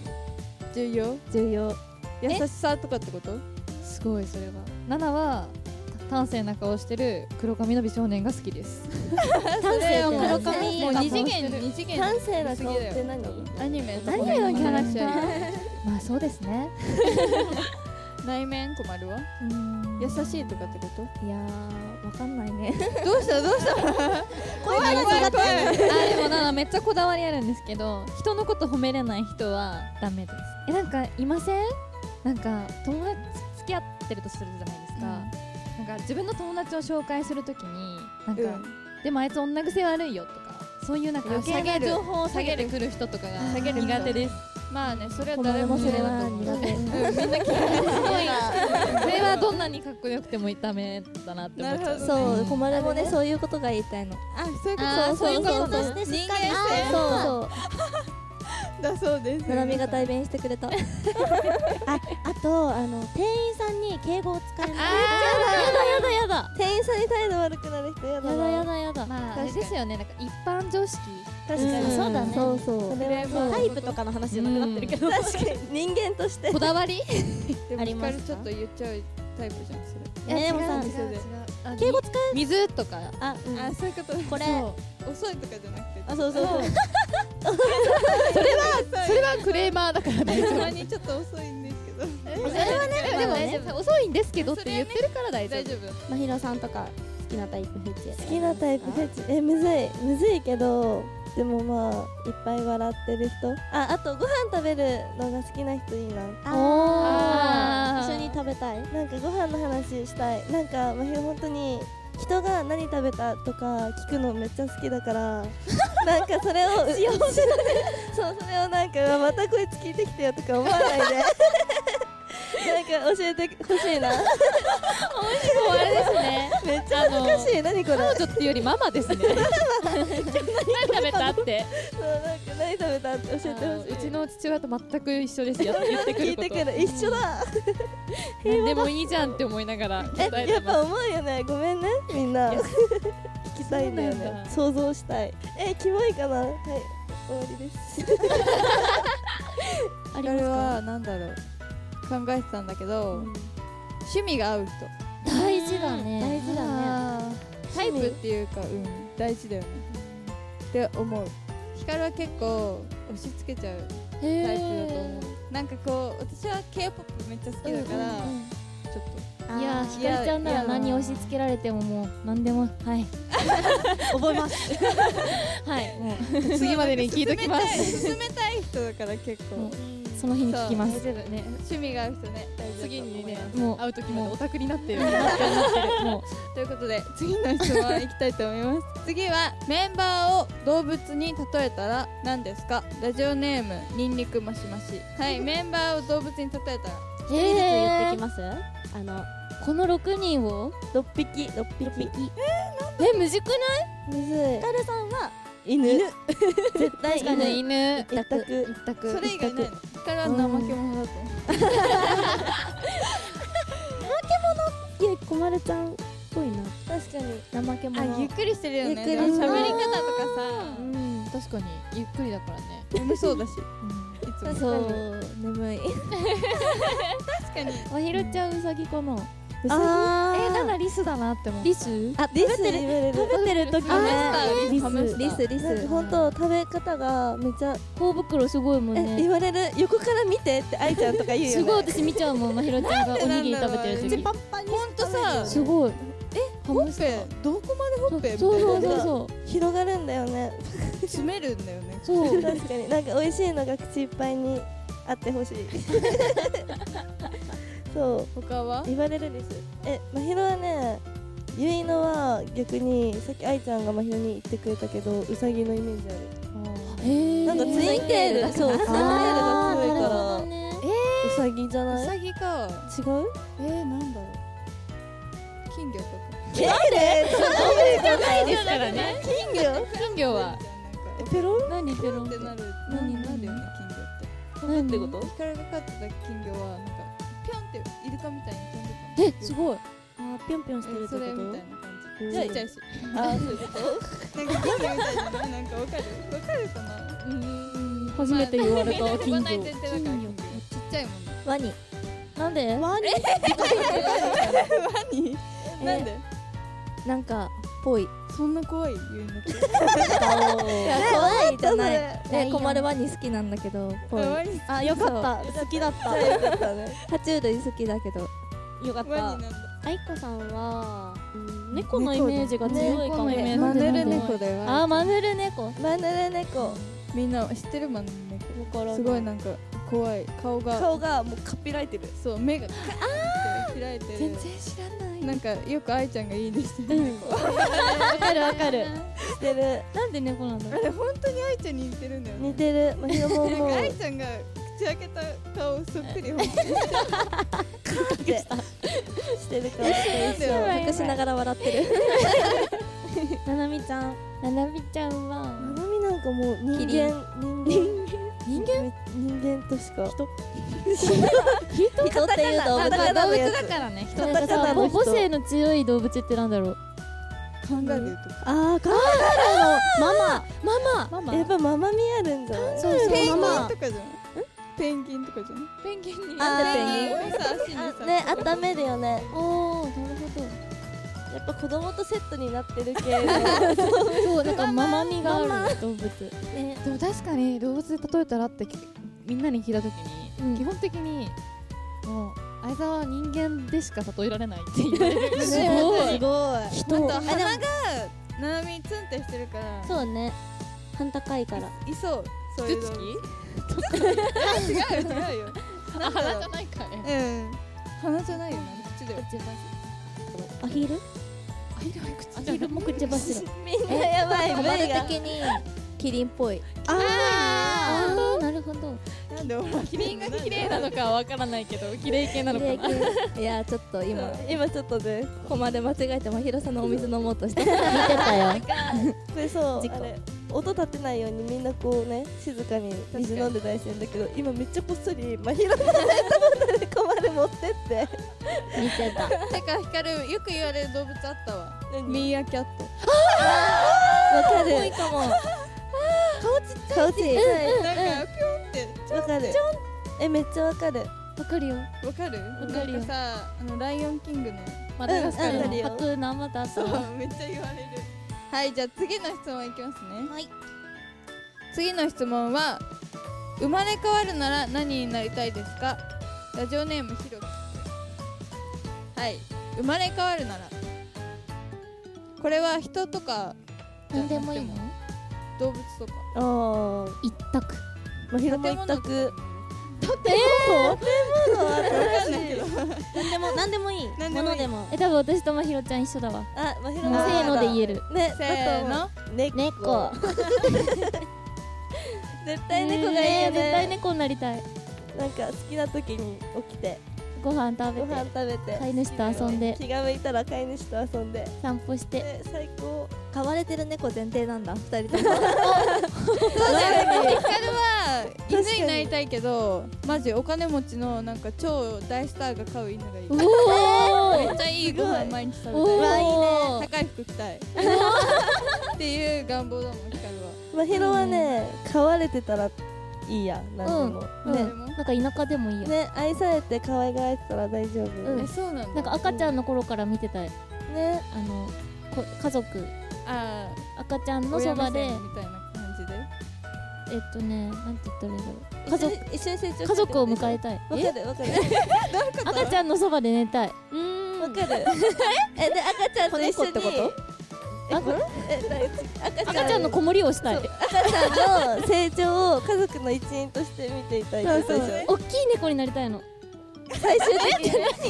S3: 重要
S5: 重要
S3: 優しさとかってこと
S6: すごいそれはナナは端正な顔してる黒髪の美少年が好きです
S4: 丹精
S5: を黒髪
S3: もう二次元二次元
S5: 端正な顔っ
S3: 過ぎだ
S5: て
S3: よ
S5: 何
S3: アニメとか
S4: 何のキャラクタ
S3: ー
S4: ー
S6: まあそうですね
S3: 内面困るわ
S5: うん
S3: 優しいとかってこと
S5: いやーわかんないね
S3: どうしたどうした
S6: 怖い怖い怖いあでもナナめっちゃこだわりあるんですけど人のこと褒めれない人はダメですえなんかいませんなんか友達付き合ってるとするじゃないですか、なんか自分の友達を紹介するときになんか、でもあいつ女癖悪いよとかそういうなんか余
S3: あ
S6: 計
S3: 下げ
S6: な
S3: る
S6: 情報を下げてくる人とかが
S3: 下げる人
S6: 苦手です
S3: まあねそれは
S5: 子供
S3: 誰も
S5: もそ
S3: そ
S5: れ
S3: れ
S5: は
S3: だと思う
S5: 苦手
S6: みんな嫌いすごい それはどんなにかっこよくてもダメだなって思っちゃ
S3: な
S6: う
S3: るほど
S5: そう困るも
S4: あの
S5: ね
S4: ね
S5: そういうことが言いたいの
S3: あそういうこ
S6: あーそういうこと
S5: そう
S4: してしっ
S3: 人
S4: か
S3: 間
S4: り
S3: 性
S5: そうそ
S3: とだそうです
S5: うななみが
S3: 大
S5: 代弁してくれた
S4: ああとあの店員さんに敬語を使えない
S6: やだやだ
S5: 店員さんに態度悪くなる人やだ
S4: や
S5: な
S4: だやだやだ
S6: まああれですよねなんか一般常識
S5: 確か
S4: うんそうだね
S5: そうそう
S3: それも
S4: タイプとかの話じゃなくなってるけど
S5: 確かに人間として
S6: こだわり
S3: でも
S4: あり
S3: ヒカ
S4: ま
S3: ル
S4: すか
S3: ちょっと言っちゃうタイプじゃんそれ
S4: えでもさ
S3: 違う違う
S4: 敬語
S6: 使う水とか
S4: あうん
S3: あそういうこと
S4: これ
S3: 遅いとかじゃなくて
S5: あそうそうそう
S6: それはクレーマーだから大
S3: た
S6: 丈
S3: まにちょっと遅いんですけど
S6: 夫それはねでもね遅いんですけどって言ってるから大丈
S3: 大
S6: 夫
S3: 丈夫
S4: まひろさんとか好きなタイプフェチ
S5: 好きなタイプフェチえむずいむずいけどでもまあいっぱい笑ってる人ああとご飯食べるのが好きな人いいな
S4: あー
S6: あー
S4: 一緒に食べたい
S5: なんかご飯の話したいなんかまひろ本当に人が何食べたとか聞くのめっちゃ好きだから なんかそれを 幸せそうそれをなんかうわまたこいつ聞いてきてよとか思わないでなんか教えてほしいな
S6: もうあれですね
S5: めっちゃ恥ずかしい何これ
S6: 彼女っていうよりママですね何食べたって
S5: そうなんか何食べたって教えてほしいう
S6: ちの父親と全く一緒ですよ言ってく
S5: 聞
S6: る
S5: い
S6: こ
S5: て
S6: と
S5: くる一緒だ
S6: 何でもいいじゃんって思いながら答え
S5: え
S6: て
S5: やっぱ
S6: ま
S5: 思うよねごめんねみんな
S6: や
S5: 聞きたいんだよ
S6: そうなん
S5: ね
S6: だ
S5: 想像したいえキモいかなはい終わりです
S4: あ
S3: こ
S4: ります
S3: れ
S4: か
S3: はなんだろう考えてたんだけど趣味が合う人
S4: 大事だね大事だね
S3: あータイプっていうかうん大事だよねって思うヒカルは結構押し付けちゃうタイプだと思うなんかこう私は k p o p めっちゃ好きだから、ちょっ
S4: いやーひかるちゃんなら何押し付けられてももう何でもはい覚えますはいもう
S3: と
S6: 次までに聞いときます
S3: 進めたい進めたい人だから結構、
S4: うんその日に聞きます
S6: 大丈夫ね
S3: 趣味が合う人ね大事だと思い
S6: 次
S3: ます
S6: にね
S4: もう
S6: 会う時までオタクになってる も
S3: ということで次の質問いきたいと思います 次はメンバーを動物に例えたら何ですかラジオネームニンニクマシマシ はいメンバーを動物に例えたら
S4: 一人ずつ言ってきますあのこの六人を
S5: 六匹六匹
S4: え無事くない
S5: むずい
S4: ひかるさんは
S5: 犬 絶対
S6: う確かに
S5: 犬
S6: 犬
S5: 一択
S6: 一択
S3: それ以外ないのからは怠け者だと思う
S4: いやこまるちゃんっぽいな
S5: 確かに
S4: 怠け
S3: あゆ
S4: 者
S3: っくりしてるよね
S5: ゆっ
S3: で
S5: くり
S3: も
S5: してる
S3: 喋り方とか
S6: うん確かにゆっくりだからね
S3: さ 眠そうだしいつも
S5: そう眠い
S3: 確かに
S4: まひろちゃんうさぎかな
S6: う
S5: あ
S6: え
S5: ー
S6: なんかリスだなって思って
S12: リス
S5: あリス言われる
S12: 食べてる時
S5: あ
S12: ねリス
S5: リスリス本当食べ方がめっちゃ
S12: 頬袋すごいもん
S5: え言
S12: ね
S5: われる横から見てって愛ちゃんとか言うよね
S12: すごい私見ちゃうもんまひろちゃんがおにぎり食べてる
S3: 口
S12: 時
S3: パンパンにほんとさ
S12: すごい
S3: ほっぺどこまでほっぺみたい
S12: そう
S3: な
S12: そうそうそう
S5: 広がるんだよね
S3: 詰めるんだよね
S12: そう
S5: 確かになんか美味しいのが口いっぱいにあってほしいそう
S3: 他は
S5: 言われるですえまひろはねゆいのは逆にさっき愛ちゃんがまひろに言ってくれたけどうさぎのイメージある
S12: へ
S5: なんかツインテールそうツインテールが強いからうさぎじゃ
S3: う
S5: ない
S3: さぎか
S5: 違う
S3: えー、なんだろう金魚とか
S5: なんで
S3: じゃないですからね
S5: 金魚
S3: 金魚は
S5: ペロン
S12: 何ペロン
S3: っ
S12: ってて
S3: なる
S12: 何
S3: なんなんだよね
S12: 何ってこと
S3: 金魚って光が飼ってた金魚はなんかピョンってイルカみたいに飛んでたの
S12: えすごいあーぴょんぴょんしてる
S3: え
S12: って
S3: そ
S12: こ
S3: れみ
S12: と
S3: たいな感じちっちゃいし
S5: あそういうこと
S3: なんか金魚みたいじゃないなんかわかるわかるかな
S12: うん初めて言われた金魚
S3: 金魚金魚ちっちゃいもんね
S5: ワニ
S12: なんでワニ
S5: え
S3: なんで
S5: なんかぽい
S3: そんな怖い言うのって
S5: いや 怖いじゃない
S6: ライオ
S5: ね
S6: ン
S5: 困るワニ好きなんだけどぽい
S3: 可愛い
S12: あよかった好きだった
S5: よかったね爬虫類好きだけど
S12: よかった
S3: ワニなんだ
S12: あいこさんは、うん猫のイメージが強いかもね。
S3: マヌル猫だよ
S12: あー、マヌル猫。
S5: マヌル猫
S3: みんな知ってるマヌル猫
S12: から
S3: すごいなんか怖い顔が
S5: 顔がもうかっぴらいてる
S3: そう目がカーンって開いてる
S5: 知らない
S3: なんかよく愛ちゃんがいいですよね
S12: わかるわかる。
S5: 似てる
S12: なんで猫なんだ
S3: あ
S12: ろう。
S3: れ本当に愛ちゃんに似てるんだよね
S5: 似てるまひろも
S3: なん
S5: も
S3: か
S5: う
S3: 愛ちゃんが口開けた顔そっくり本当に
S5: して る顔して一緒隠しながら笑ってる
S12: ななみちゃん。ななみちゃん
S5: な
S12: は、
S5: なみなんかもう人
S12: キリ
S5: 間人間人間人間としか 人人っていう動物
S6: 動物だ
S5: ら
S6: からね人
S12: なんか
S5: カタカナ
S12: さ、
S5: の
S12: 母
S5: 人
S12: 母性の強い動物ってなんだろう。
S3: カンガルーとか
S5: あーカン
S6: マ
S5: ガ
S6: マ
S5: ルーやっぱママミあるんじゃない
S12: そうそう
S3: ペンギン
S12: ママ
S3: とかじゃないペンギンとかじゃない
S6: ペンギンに
S5: あーペンギン
S3: ンさ足にさ
S5: ね、温めるよね。
S12: おー、なるほ
S5: やっぱ子供とセットになってる系の。
S12: ど。そう、なんかママみがある動物。
S6: でも確かに動物で例えたらってきみんなに聞いたときに、
S12: うん
S6: 基本的にもう相沢は人間でしか例えられないって言われる
S12: す
S5: すごい。
S3: あと鼻がななみツンってしてるから
S4: そうね半高いから
S3: いそうそういう
S6: 頭
S3: の
S6: 突き
S3: 違うよ違うよ
S6: あ鼻じゃないか
S3: う
S6: い
S3: ん鼻じゃないよな口だよ
S4: アヒル
S12: アヒルも口柱。
S5: みんな やばい。
S4: カバル
S5: 目が
S4: 的にキリンっぽい
S5: あ
S4: あーなるほど
S3: なんでお前
S6: キリンが綺麗なのかはわからないけど綺麗系なのか
S4: 綺
S6: な
S4: 麗系いやちょっと今
S5: ー今ちょっとね、
S4: ここまで間違えてもヒロさんのお水飲もうとして
S12: 見てたよ。
S5: これそう、
S4: 事故
S5: あれ。音立てないようにみんなこうね静かに水飲んで大してんだけど今めっちゃこっそり真宙のペットボトル困る持ってって
S12: 見てた。
S3: てか光るよく言われる動物あったわ
S5: 何
S3: ミーアキャット
S5: わか
S4: 多い
S5: る
S4: かも
S5: 顔ちっちゃい顔ちっちゃ
S3: なんかピョンって
S5: いわかるえめっちゃわかる
S12: わかるよ。
S3: わかる
S12: わかるよ
S3: なんかさあのライオンキングの
S12: また確か
S5: うんわかる
S12: に。
S5: よ
S12: パクナまたあった
S3: そう
S12: わ。
S3: めっちゃ言われるはいじゃあ次の質問いきますね
S4: はい
S3: 次の質問は生まれ変わるなら何になりたいですかラジオネームひろきはい生まれ変わるならこれは人とかじゃなくて
S4: 何でもいいの
S3: 動物とか
S5: あー
S12: 一択。
S5: 真宙も一
S3: とか
S5: 択
S3: わかんないけど
S4: 何でも何でもいい
S3: 何で
S4: も
S3: もいい
S4: のでも
S12: え、多分私とまひろちゃん一緒だわ。
S5: あ、まひろ
S12: もうせーので言える。
S5: ね、
S3: せーの
S5: だと思う猫
S4: 猫
S5: 絶対猫がいいよね
S12: 絶対猫になりたい。
S5: なんか好きな時に起きて
S12: ご飯食べ
S5: ご飯
S12: て、
S5: 食べて
S12: 飼い主と遊んで、
S5: 気が向いたら飼い主と遊んで
S12: 散歩して。
S5: で最高
S4: 飼われてる猫前提なんだ二人とも
S3: そ うだよねヒカルは犬になりたいけどマジお金持ちのなんか超大スターが飼う犬がいい
S12: お
S3: め
S12: お
S3: っちゃいいご飯毎日食べ
S12: お
S3: たい
S12: お
S3: 高い服着たい っていう願望だもんヒカルは
S5: まひろはね飼われてたら
S12: いいや何でも、
S3: うん
S4: ね
S3: でも
S4: なんか田舎でもいいや、
S5: ね愛されて可愛がられてたら大丈夫、
S4: うん
S3: えそうなん
S4: な
S3: だ
S4: んか赤ちゃんの頃から見てたあ
S5: ね
S4: のこ家族
S3: あ
S4: 赤ちゃん
S3: ー
S4: のそばで
S3: 親目線みたいな感じで
S4: えっとねなんて言ったらいいんだろう家族
S5: 一緒に一緒に成長
S4: 家族を迎え
S5: て
S4: たい
S5: わかるわかる
S4: 赤ちゃんのそばで寝たい
S5: わ かるえで赤ちゃんと一緒に
S12: 子猫ってこ
S5: え
S4: あこれ
S5: えだい赤
S4: 赤
S5: ちゃん
S4: ちゃんの子守りをしたい
S5: そう赤ちゃんの成長を家族の一員として見ていたいってことでしょ
S4: 大きい猫になりたいの
S5: 最終的に
S3: すご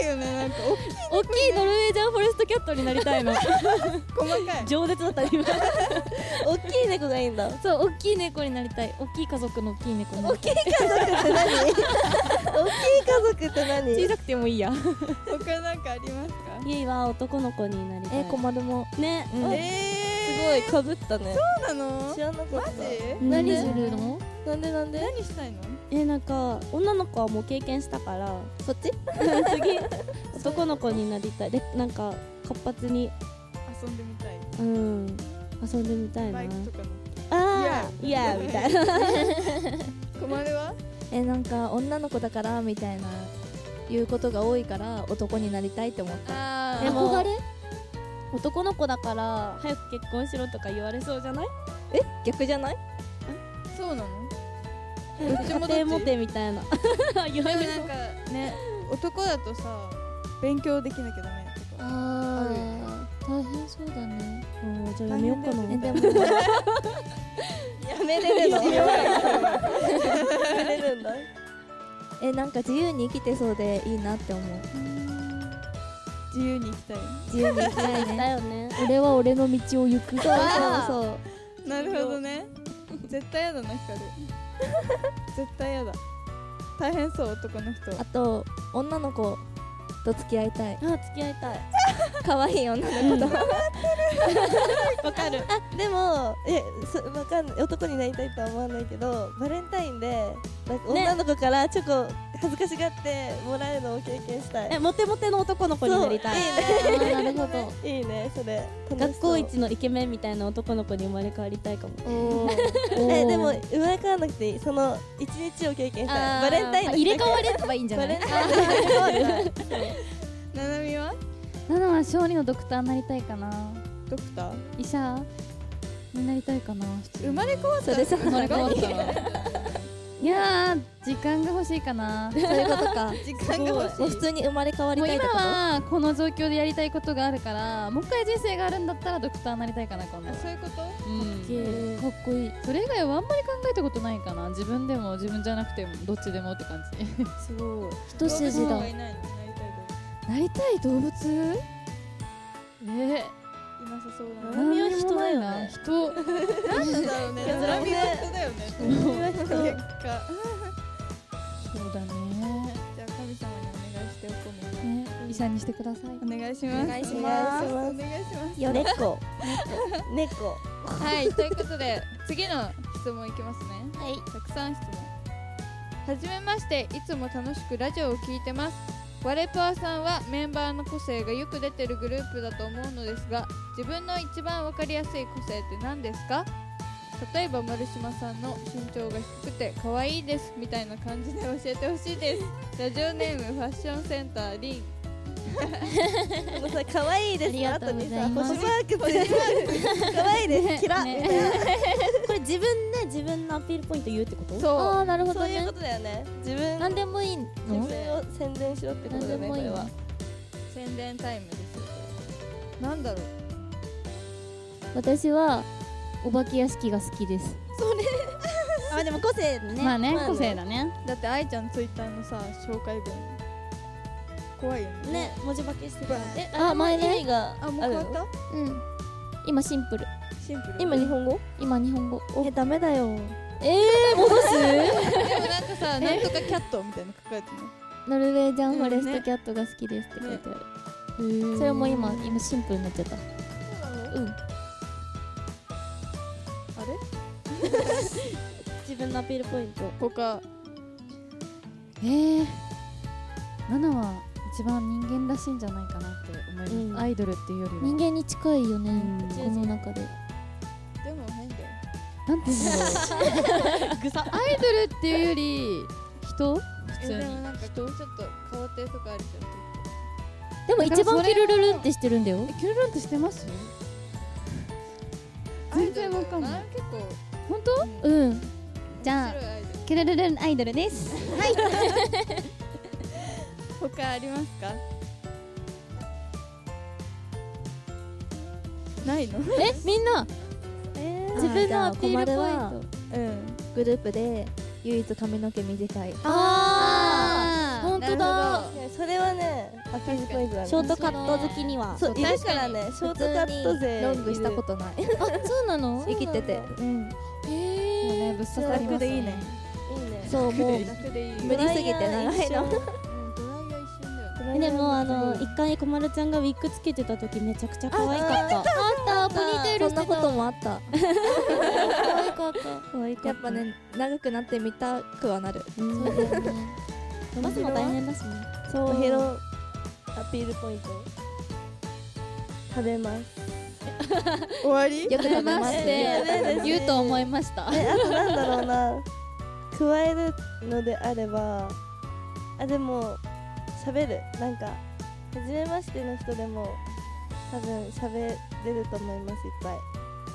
S3: いよねなんか
S4: 大きいノルウェージャンフォレストキャットになりたい の
S3: お細かい
S4: 饒舌だった今
S5: 大きい猫がいいんだ
S4: そう大きい猫になりたい大きい家族の大きい猫にな
S5: 大
S4: りたい
S5: きい家族って何大きい家族って
S4: 小
S5: 何
S4: さくてもいいや
S3: 他なんかありますか
S12: 家は男の子になりたい
S5: るも
S12: ね
S5: うん
S3: え
S5: す
S3: ー
S5: ごいかぶったね
S3: そうなの
S5: 知らなかっ
S3: マ
S5: た
S3: ジ
S4: 何す
S5: なん
S4: るの
S5: なんでなんで
S3: 何したいの
S12: えなんか女の子はもう経験したから
S5: そっち
S12: 次男の子になりたいでなんか活発に
S3: 遊んでみたい
S12: うん遊んでみたいな
S3: バイクとか
S12: ああいやみたい な
S3: の困るは
S13: えなんか女の子だからみたいな言うことが多いから男になりたいって思った
S3: あ
S12: で
S3: ー
S12: も
S4: 憧れ
S12: 男の子だから早く結婚しろとか言われそうじゃない
S5: 逆じゃない
S3: そうなの
S12: 家
S3: ちもどっち
S12: 庭持てみたいな 言われ
S3: でも
S12: そ
S3: なん
S12: う
S3: かね男だとさ勉強できなきゃダメとか
S4: あー大変そうだね
S12: うんじゃあやめようかな
S13: えで も
S5: やめれるのやめれるんだ
S13: えなんか自由に生きてそうでいいなって思う
S3: 自由に行きたい
S13: 自由に生きたい
S12: だ
S13: ね
S12: よね
S4: 俺は俺の道を行
S13: そ
S4: く
S13: うそうそう
S3: なるほどね絶対やだな光絶対やだ大変そう男の人
S13: あと女の子と付き合いたい
S12: あ付き合いたい
S13: 可愛い女の子 と、
S3: わかる
S5: でもえそわかんない男になりたいとは思わないけどバレンタインでなんか
S12: ね
S5: 女の子からチョコ恥ずかしがってもらえるのを経験したい、
S12: えモテモテの男の子になりたい
S4: あーなるほど
S5: いいねそれ楽し
S12: 学
S5: そう
S12: 校一のイケメンみたいな男の子に生まれ変わりたいかも
S5: えでも
S4: おー
S5: 生まれ変わらなくていいその一日を経験したい
S4: あー
S5: バレンタイン
S4: あ
S5: の
S4: 入れ替われればいいんじゃ
S5: バ
S4: な
S5: レ
S4: い
S5: ンタインの日だけ入れ替わる
S3: ななみは
S6: なのは勝利のドクターになりたいかな
S3: ドクター
S6: 医者になりたいかな普通に
S3: 生まれ変わったら
S6: 生まれ変わったらいやー時間が欲しいかな
S13: そういうことか
S3: 時間が欲しい
S13: もう普通に生まれ変わり
S6: もう
S13: たいっ
S6: 今
S13: てこと
S6: はこの状況でやりたいことがあるからもう一回人生があるんだったらドクターになりたいかな今度
S3: あ
S6: は
S3: そういうこと
S6: うん
S4: かっこいい
S6: それ以外はあんまり考えたことないかな自分でも自分じゃなくてもどっちでもって感じ
S12: すごい
S4: 一筋
S3: 動物の
S4: だ
S3: 方がいないのなりたい
S6: なりたい動物
S3: 動物いなさ
S6: え
S3: そう
S6: ー、
S3: だ
S6: 何
S12: 波は
S6: に
S12: 人
S6: もな
S12: だ
S6: い
S12: よ
S6: な
S12: ね
S6: 人
S3: ななんだろうね
S5: いや
S3: ラミは人だよね 結果
S6: そうだね
S3: じゃあ神様にお願いしておこう
S6: ね医者にしてください
S3: みんなお願いしますお願いしますお願いします
S5: よ猫猫
S3: はい、ということで次の質問いきますね
S4: はい
S3: たくさん質問はじめましていつも楽しくラジオを聞いてますワレプアさんはメンバーの個性がよく出てるグループだと思うのですが自分の一番わかりやすい個性って何ですか例えば丸島さんの身長が低くて可愛いですみたいな感じで教えてほしいですラジオネームファッションセンターリン
S5: あのさ可愛いですの
S4: ありが
S5: 後
S4: とう
S5: に
S4: ご
S5: さ
S4: ざいます
S5: 星マークついてる可愛いですキラ
S4: ね
S5: みたいな
S12: これ自分で自分のアピールポイント言うってこと
S4: あ
S3: そ
S4: あなるほど
S5: そういう
S4: ね
S5: ことだよね自分
S4: 何でもいいの
S5: 自分を宣伝しろってことだよねこれは
S3: う宣伝タイムですよなんだろう
S4: 私はお化け屋敷が好きです
S5: あでも個性ね
S6: まあね個性だね
S3: だって愛ちゃんツイッターのさ紹介文怖いよね
S5: ね文字化けしてるえ
S4: あ前ね
S5: 意味が
S3: あもう
S5: ある
S3: 変
S5: の
S3: わった
S4: うん今シンプル
S3: シンプル
S5: 今日本語
S4: 今日本語
S5: えダメだよ
S4: ええー、戻す
S3: でもなんかさ、なんとかキャットみたいなの書かれて
S4: ノルウェージャンフォレストキャットが好きですって書いてある、それも今今シンプルになっちゃったうん
S3: ない。あれ
S12: 自分のアピールポイント
S3: 他、
S6: えー、ナナは一番人間らしいんじゃないかなって思います、
S12: うん
S6: アイドルっていうよりは
S4: 人間に近いよね、
S6: うん
S4: この中で
S3: でも変だよ。
S12: なんていうんだろうぐさアイドルっていうより人普
S3: え
S12: 通
S3: でも
S12: に
S3: なんかちょっと変わってるとこあるじゃ
S4: でも一
S12: だから
S4: 番
S12: それ
S4: キルルルンってしてるんだよ
S12: えキュルルンってしてます
S3: ん
S12: 全然わかんない
S3: アイドルだよ結
S12: 本当
S4: うん
S3: 構
S6: じゃあ
S3: 面白いアイドル
S6: ケルルルンアイドルです
S3: 他ありますかないの
S4: えみんな自分のアピールポイ
S13: じゃあ
S4: ント
S13: 小丸は
S3: うん
S13: グループで唯一髪の毛短い
S4: あー本当
S3: なる
S4: だ
S3: ほ
S5: それはねアピールポイントだね
S4: ショートカット好きには
S5: そういるからねショートカット勢
S13: ロングしたことない
S4: あそうなの
S13: 生きてて
S5: う
S12: も
S5: ん
S4: へ
S12: う
S4: え
S12: ねぶっ刺さります
S3: いいね
S5: いいね
S4: そうもう
S3: 楽でいいよ
S13: 無理すぎて長いの
S3: うんドライヤー一瞬だよね
S4: でもあの一回こまるちゃんがウィッグつけてた時めちゃくちゃ可愛かったあったポニーテール
S13: そんなこともあった
S4: 可愛かった可愛かった
S13: やっぱね長くなってみたくはなる
S4: そうだよね伸ばすの大変だしね
S5: そうヘロアピールポイント食べます
S12: 終わり
S13: よく食べま
S6: ま
S13: し
S6: してて言うと思いました
S5: えあとなんだろうな加えるのであればあでも喋るなんか初めましての人でも多分喋れると思いますいっぱい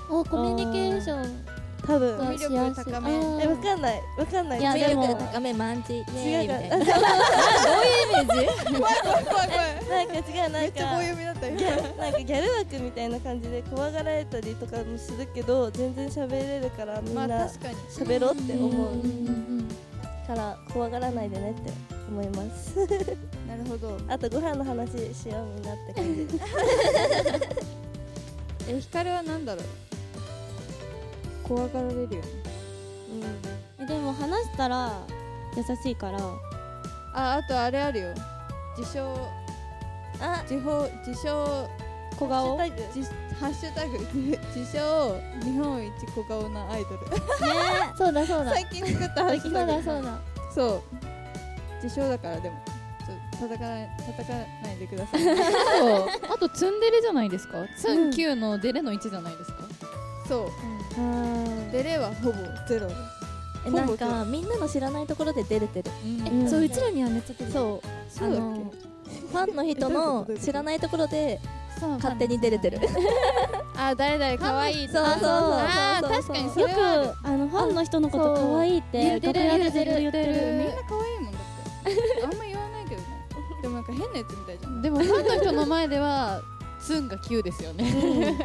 S4: おコミュニケーション
S5: 多分
S4: がしやすい
S3: コミュ力高
S4: あ
S3: め
S5: えわ
S4: ー
S5: かんないわかんない
S4: いや
S5: 違う
S4: でも
S13: 魅力高めマンチイエー
S5: 違
S13: イ
S5: う
S13: み
S5: か
S13: た
S5: ら
S13: い
S5: ど
S13: な
S5: ういうイメージ
S3: 怖い怖い
S5: なんか違うな
S3: め
S5: ん
S3: っちゃ棒
S5: か
S3: 読みだったよ
S5: ギャなんかギャル枠みたいな感じで怖がられたりとかもするけど全然喋れるからみん
S3: まあ
S5: な
S3: 確かに
S5: 喋ろうって思う
S4: うんうん
S5: から怖がらないでねって思います
S3: なるほど
S5: あとご飯の話しようみんなって感じ
S3: えヒカルはなんだろう怖がられるよね
S4: うんでも話したら優しいから
S3: ああとあれあるよ自称
S5: あ
S3: 自報自称
S4: 小顔ね
S5: ハッシュタグ
S3: 自ハッシュタグ 自称日本一小顔なアイドル
S4: そうだそうだ
S3: 最近作ったハッシ
S4: そ
S3: ュ
S4: う
S3: タグ
S4: だそうだ
S3: そう自称だからでもちょっと叩かない叩かないでくださ い
S12: そうあとツンデレじゃないですかツン9のデレの1じゃないですか
S3: そうデレはほぼゼロ
S13: えなんかみんなの知らないところで出れてる
S12: うん
S4: えそううちらにはめっちゃ出てる
S13: そう
S3: そ
S13: あ
S3: うだっ
S13: のファンの人の知らないところで勝手に出れてる
S3: けあ誰々可愛い
S13: そうそうそう
S3: あー確かにそれ
S4: よく
S3: はある
S4: あのファンの人のこと可愛いって楽屋でずっと言
S3: みんな
S4: ってる
S3: 可愛いもんだってあんま言わないけどねでもなんか変なやつみたいじゃん
S12: でもファンの人の前では ツンが9ですよね
S3: それは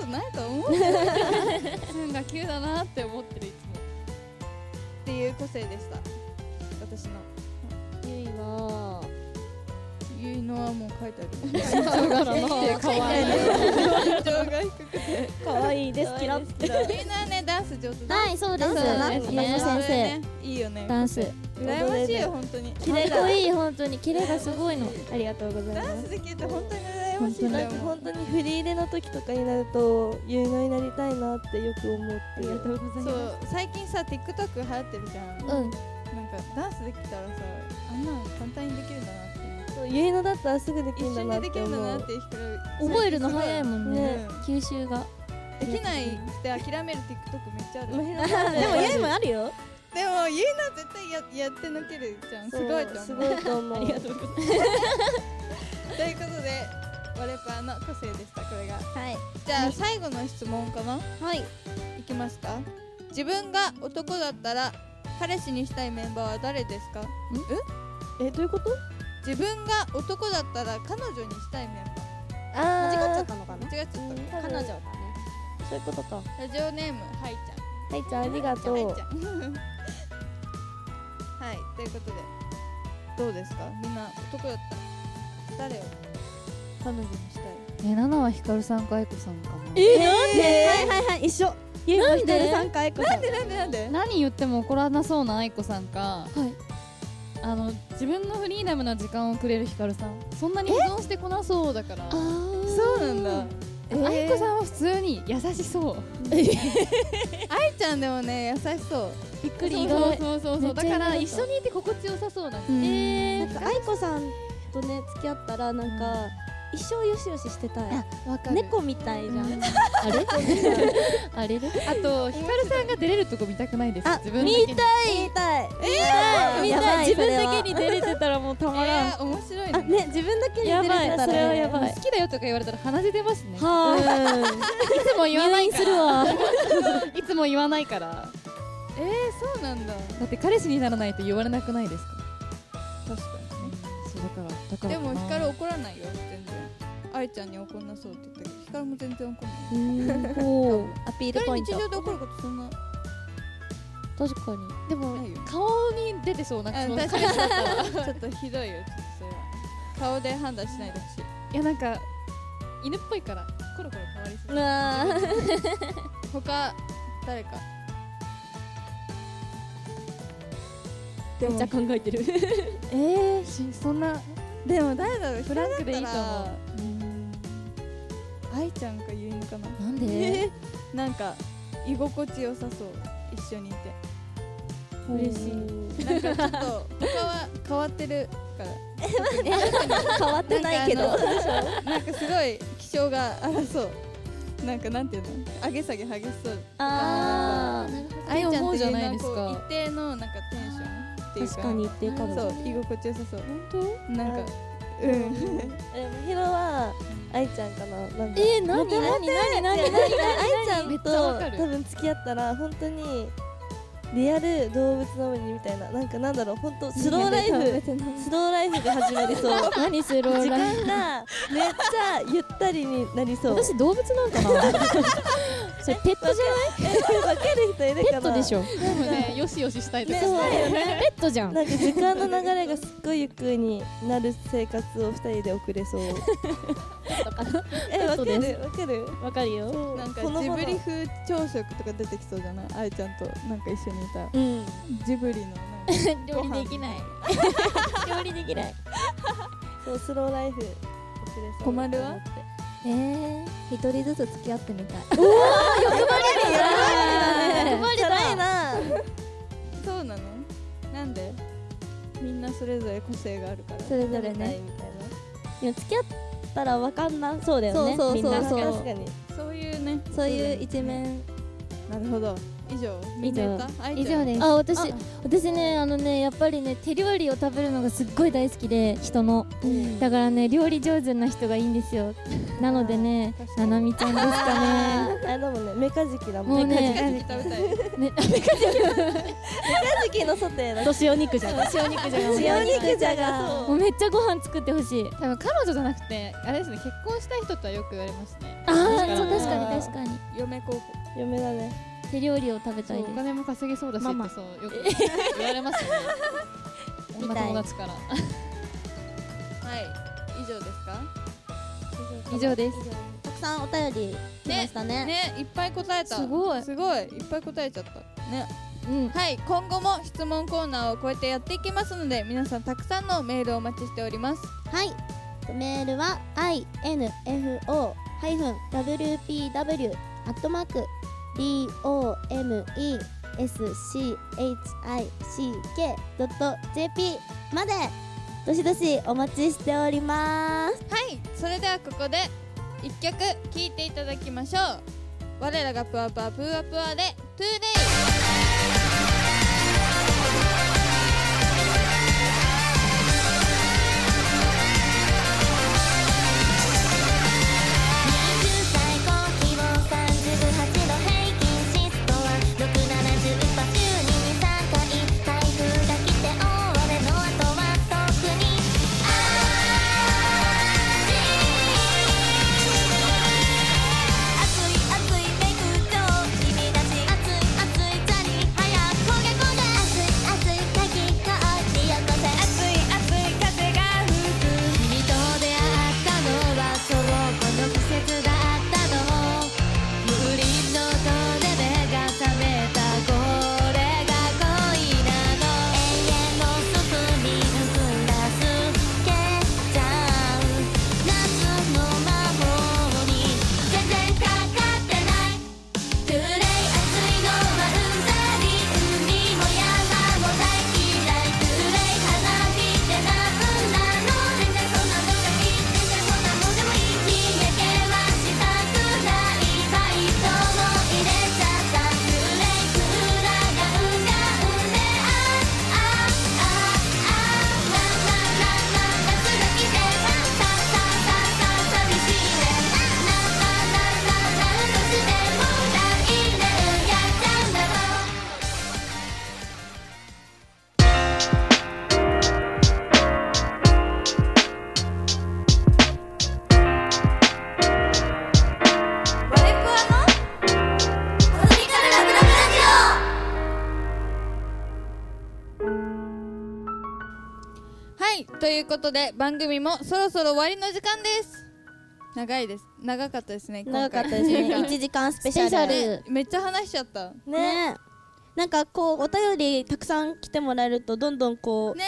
S3: そんなことないと思うけど運が急だなって思ってるいつもっていう個性でした私の
S4: ゆいは
S3: ゆいのはもう書いてある
S4: だからな可愛い
S3: 身長が 低くて
S4: 可愛いですキ ラって
S3: ゆいのはねダンス上手だ
S4: はいそうです
S3: ダンスね
S4: 私の先
S3: 生いいよね
S4: 生ダンス
S3: 羨ましいよ本当に
S4: キレがいい本当にキレがすごいのありがとうござい
S3: ダンスできると本当に羨ましいんだ
S5: な
S3: よ
S5: んか本当に振り入れの時とかになると有能になりたいなってよく思って
S4: うござ
S3: そう最近さ TikTok 流行ってるじゃんなんか
S4: うん
S3: ダンスできたらさあんなの簡単にできるんだなって
S5: そうゆいのだったらすぐでき
S3: 一
S5: るんだ
S3: 瞬で
S5: なっ
S3: でき
S5: て
S3: るんだ
S5: 思
S3: なっ
S5: う
S3: て光
S4: 覚えるの早いもんね
S5: ね
S4: 吸収が
S3: できないって諦める TikTok めっちゃある
S5: もう平野さん
S4: でもゆいもあるよ
S3: でもゆいな絶対ややってのけるじゃんす
S5: そう
S3: ごいと
S5: す
S3: 思
S5: ご
S3: う
S5: いと思うありがとう
S3: ということでワレパーの個性でしたこれが
S4: はい
S3: じゃあ最後の質問かなはいいきますか自分が男だったら彼氏にしたいメンバーは誰ですか
S5: えどういうこと
S3: 自分が男だったら彼女にしたいメン
S5: あ
S4: 間違っちゃ
S5: ー
S4: ったのか
S3: バ
S4: な
S3: ー間違っちゃっ
S5: 多分
S4: 彼女だね
S5: そういうことかは
S3: たラジオネームはいちゃん
S5: いちゃんありがとう
S3: はいちゃんはいということでどうですかみんな男だったら誰を彼女にしたい
S12: えナナはヒカルさんかアイコさんかな
S5: えなんではいはいはい一緒ゆいもひかるさんかえこさ
S3: なん
S5: ん
S3: でなんで
S12: 何言っても怒らなそうなアイコさんか
S4: はい
S12: あの自分のフリーダムな時間をくれるヒカルさんそんなに依存してこなそうだから
S3: そうなんだ
S12: アイコさんは普通に優しそう
S3: 愛ちゃんでもね優しそう
S4: びっくり
S12: そ
S4: 意
S12: うそ
S4: 外
S12: うそうそうだから一緒にいて心地よさそうなんです
S4: えー、なんか愛子さんとね付き合ったらなんか、
S5: 一生よしよししてたい
S14: わかる
S5: 猫みたいじゃん、
S15: あ れあれれ
S6: あとひかるさんが出れるとこ見たくないです
S5: あ
S6: 自分だ
S5: 見
S6: け
S5: たい見たい
S6: えー
S5: やばい
S4: 自
S5: それ
S4: 分
S5: は
S4: だけに出れてたらもうたまらん、
S6: えー面白い
S5: あ
S6: ね
S5: ね自分だけに出
S4: や
S5: れ
S4: ばい
S5: たら
S4: それはやばい
S6: 好きだよとか言われたら鼻で出ますね
S4: はい
S6: つも言わない
S4: いするわ
S15: いつも言わないから
S6: えー、そうなんだだって彼氏にならないと言われなくないですか
S3: 確か
S6: そうだからだか
S3: に
S6: ら
S3: で
S6: かな
S3: もヒカル怒らないよ全然愛ちゃんに怒んなそうって言ったけどヒカルも全然怒んない
S5: おーアピ
S3: ヒ
S5: ー
S3: カ
S5: ルポ
S3: ル
S5: イン
S3: 日
S5: ト
S3: 常で怒ることそんなな
S15: 確かに
S6: でも
S3: いよ
S6: 顔に出てそうなんか
S3: あ
S6: その
S3: 確かにちょっと ちょっとひどいよちょっとそれは顔で判断しないでほしい
S6: いやなんか犬っぽいからコロコロ変わりそう
S5: うわー
S3: 他誰か
S4: めっちゃ考えてる
S6: えー、しそんな
S3: でも誰だろう
S6: フランクでいいかも
S3: 愛ちゃんかゆいのかな
S15: なんで
S3: なんか居心地よさそう一緒にいて
S4: 嬉しい
S3: なんかちょっと他は変わってるから
S5: 変わってないけど
S3: なんか あのなんかすごい気性が荒そうなんかなんていうの上げ下げ激しそう
S5: あーなるほど
S3: 愛ちゃん
S6: 思
S3: って
S6: うじゃ
S3: いうの
S6: ない
S3: は
S6: ですか
S3: こう一定のなんかテンションっていうか
S4: 確かに言ってるかも
S3: そう居心地よさそう
S6: 本
S3: なんかうん
S5: えヒロは愛ちゃんかななんか
S4: えー、なになになになになに
S5: 愛ちゃ
S6: め
S5: ん
S6: っちゃわ
S5: と
S6: かる
S5: 多分付き合ったら本当にリアル動物の森みたいななんかなんだろう本当スロー ライフスローライフが始まりそう
S4: 何する
S5: 時間がめっちゃゆったりになりそう
S4: 私動物なんか なそれペットじゃない
S5: 分かる人いる
S4: ペ
S5: かな
S4: ットでし
S5: ょ
S4: ょ
S6: 当でもねよしよししたいです
S5: そう
S4: ペットじゃん
S5: なんか時間の流れがすっごいゆっくりになる生活を二人で送れそう え
S4: ペッ
S5: わか
S4: トです
S5: るわかる
S4: わかるよ
S3: なんか
S5: この
S3: ジ
S5: 頃
S3: ブリ風朝食とか出てきそうじゃない愛ちゃんとなんか一緒にいたら
S5: うん
S3: ジブリのなんか
S4: 料理できない料理できない
S5: そうスローライフ送れそう
S3: 困るわ
S14: えー、一人ずつ付き合ってみたい
S5: チャラいな
S3: そうなのなんでみんなそれぞれ個性があるから
S14: それぞれ
S5: な
S14: ね
S5: いみたいな
S4: でも付き合ったらわかんなそうだよね
S14: そうそうそう
S4: みんな
S14: そう
S5: 確かに
S3: そういうね
S14: そういう一面
S3: なるほど以上みんな言った愛
S15: 以
S3: ちゃ
S15: 上
S3: ん
S15: です
S4: あ私私ねあのねやっぱりね手料理を食べるのがすっごい大好きで人のだからね料理上手な人がいいんです よなのでね
S3: 確か
S4: な
S3: に
S4: なみちゃんですかね
S5: あれだもんねメカジキだもん
S4: もう
S5: ね
S4: ね
S3: カジキ食べたい
S5: メカジキのソテーだ
S4: 年お肉じゃが
S15: 塩肉じゃが
S5: 塩肉じゃが
S4: もうめっちゃご飯作ってほしい
S6: 多分彼女じゃなくてあれですね結婚したい人とはよく言われますね
S4: ああそ
S6: 確
S4: う確
S6: か
S4: かに確かに
S3: 嫁候補
S5: 嫁だね
S4: 手料理を食べた
S6: そう
S4: い
S6: お
S4: です
S6: 金も稼げそうだしっ
S4: マ
S6: て
S4: マ
S6: そうよく言われますね 女友達から
S3: はい以上ですか
S4: 以上です
S14: たくさんお便り来ましたね
S3: ねいっぱい答えた
S4: すごい
S3: すごいいっぱい答えちゃったね
S4: うん
S3: はい今後も質問コーナーをこうやってやっていきますので皆さんたくさんのメールをお待ちしております
S14: はいメールは info-wpw アットマーク domeschik.jp までどしどしお待ちしております
S3: はいそれではここで一曲聴いていただきましょう我らがぷわぷわぷわぷわで「トゥーデイ
S2: 20歳高気温38度平均湿度は670%パ週に2、3回台風が来て大荒れの後は特に暑い暑い熱い熱い熱い熱い熱い熱い熱い熱い
S3: はいということで番組もそろそろ終わりの時間です長いです長かったですね今回
S2: 長かっ たですね
S3: 1
S2: 1時間スペシ
S4: スペシ
S2: ャ
S4: ャ
S2: ル
S4: ル
S3: 時間めっちゃ話しちゃった
S2: ねなんかこうお便りたくさん来てもらえるとどんどんこう、
S3: ね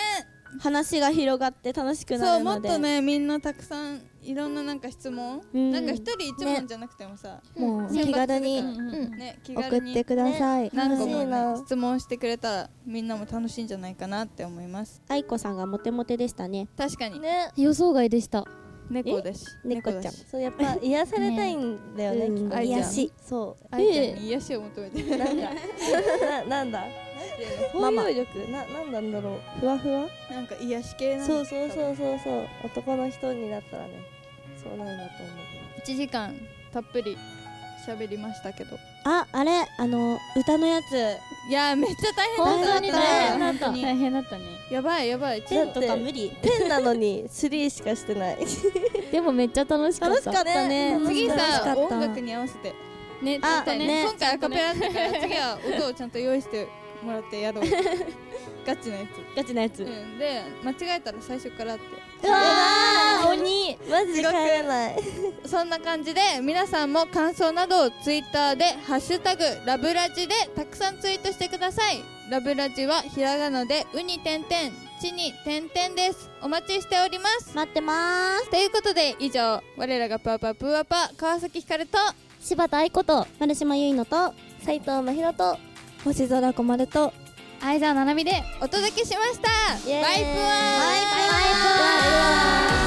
S2: 話が広がって楽しくな
S3: そう
S2: る
S3: も
S2: の
S3: っ
S2: で
S3: とねみんなたくさんいろんななんか質問、
S2: うん
S3: なんか一人一問じゃなくてもさ、
S16: もう
S3: 選抜す
S16: 気
S3: るから
S16: 軽に
S4: うん
S3: ね気
S16: 送
S3: 軽
S16: っ
S3: に
S16: てください。
S3: 何個
S2: 楽し
S3: も
S2: い
S3: ね
S2: な
S3: 質問してくれたらみんなも楽しいんじゃないかなって思います
S2: 愛子さんがモテモテでしたね
S3: 確かに、
S5: ね
S4: 予想外でした
S3: 猫だし
S2: 猫ちゃん
S3: だし
S5: そうやっ ぱ癒されたいんだよね
S2: う
S5: きっ
S2: ん
S5: と
S3: 愛ちゃん
S2: 癒し
S5: そ
S3: 愛ちゃんに癒しを求めてる
S5: う なんだななんだ包容力ななんなんだろうふわふわ
S3: なんか癒し系なん
S5: そうそうそうそうそう男の人になったらねそうなるんだと思う
S3: 1時間たっぷり喋りましたけど
S2: ああれあの歌のやつ
S3: いやーめっちゃ大変だった
S2: 本当に大変
S3: 本 当に
S4: 大変だったね
S3: やばいやばいちょ
S5: だ
S3: っ
S5: っ
S3: と
S5: て
S2: とか無理
S5: ペンなのに3しかしてない
S4: でもめっちゃ楽しかった
S5: 楽しかったね
S3: 次
S2: 楽しか
S3: さ
S2: った
S3: 音楽に合わせて
S4: ね
S2: あ
S4: ちょっとね
S2: ね
S3: 今回アカペラだから次は音をちゃんと用意してもらってやろ うガチなやつ
S2: ガチなやつ
S3: うんで間違えたら最初からって
S2: うわー鬼
S5: マジで帰れない
S3: そんな感じで皆さんも感想などをツイッターで「ハッシュタグラブラジ」でたくさんツイートしてくださいラブラジはひらがなで「うにてんてん」「ちにてんてん」ですお待ちしております
S2: 待ってま
S3: ということで以上我らがパーパープーアパー川崎ひかると
S2: す柴田愛子と丸島結乃と
S16: 斉藤真宙と星空こまると
S4: 相沢ななみで
S3: お届けしました
S2: イエー
S3: バイプ
S2: イ
S3: ワー
S2: バイバイバイ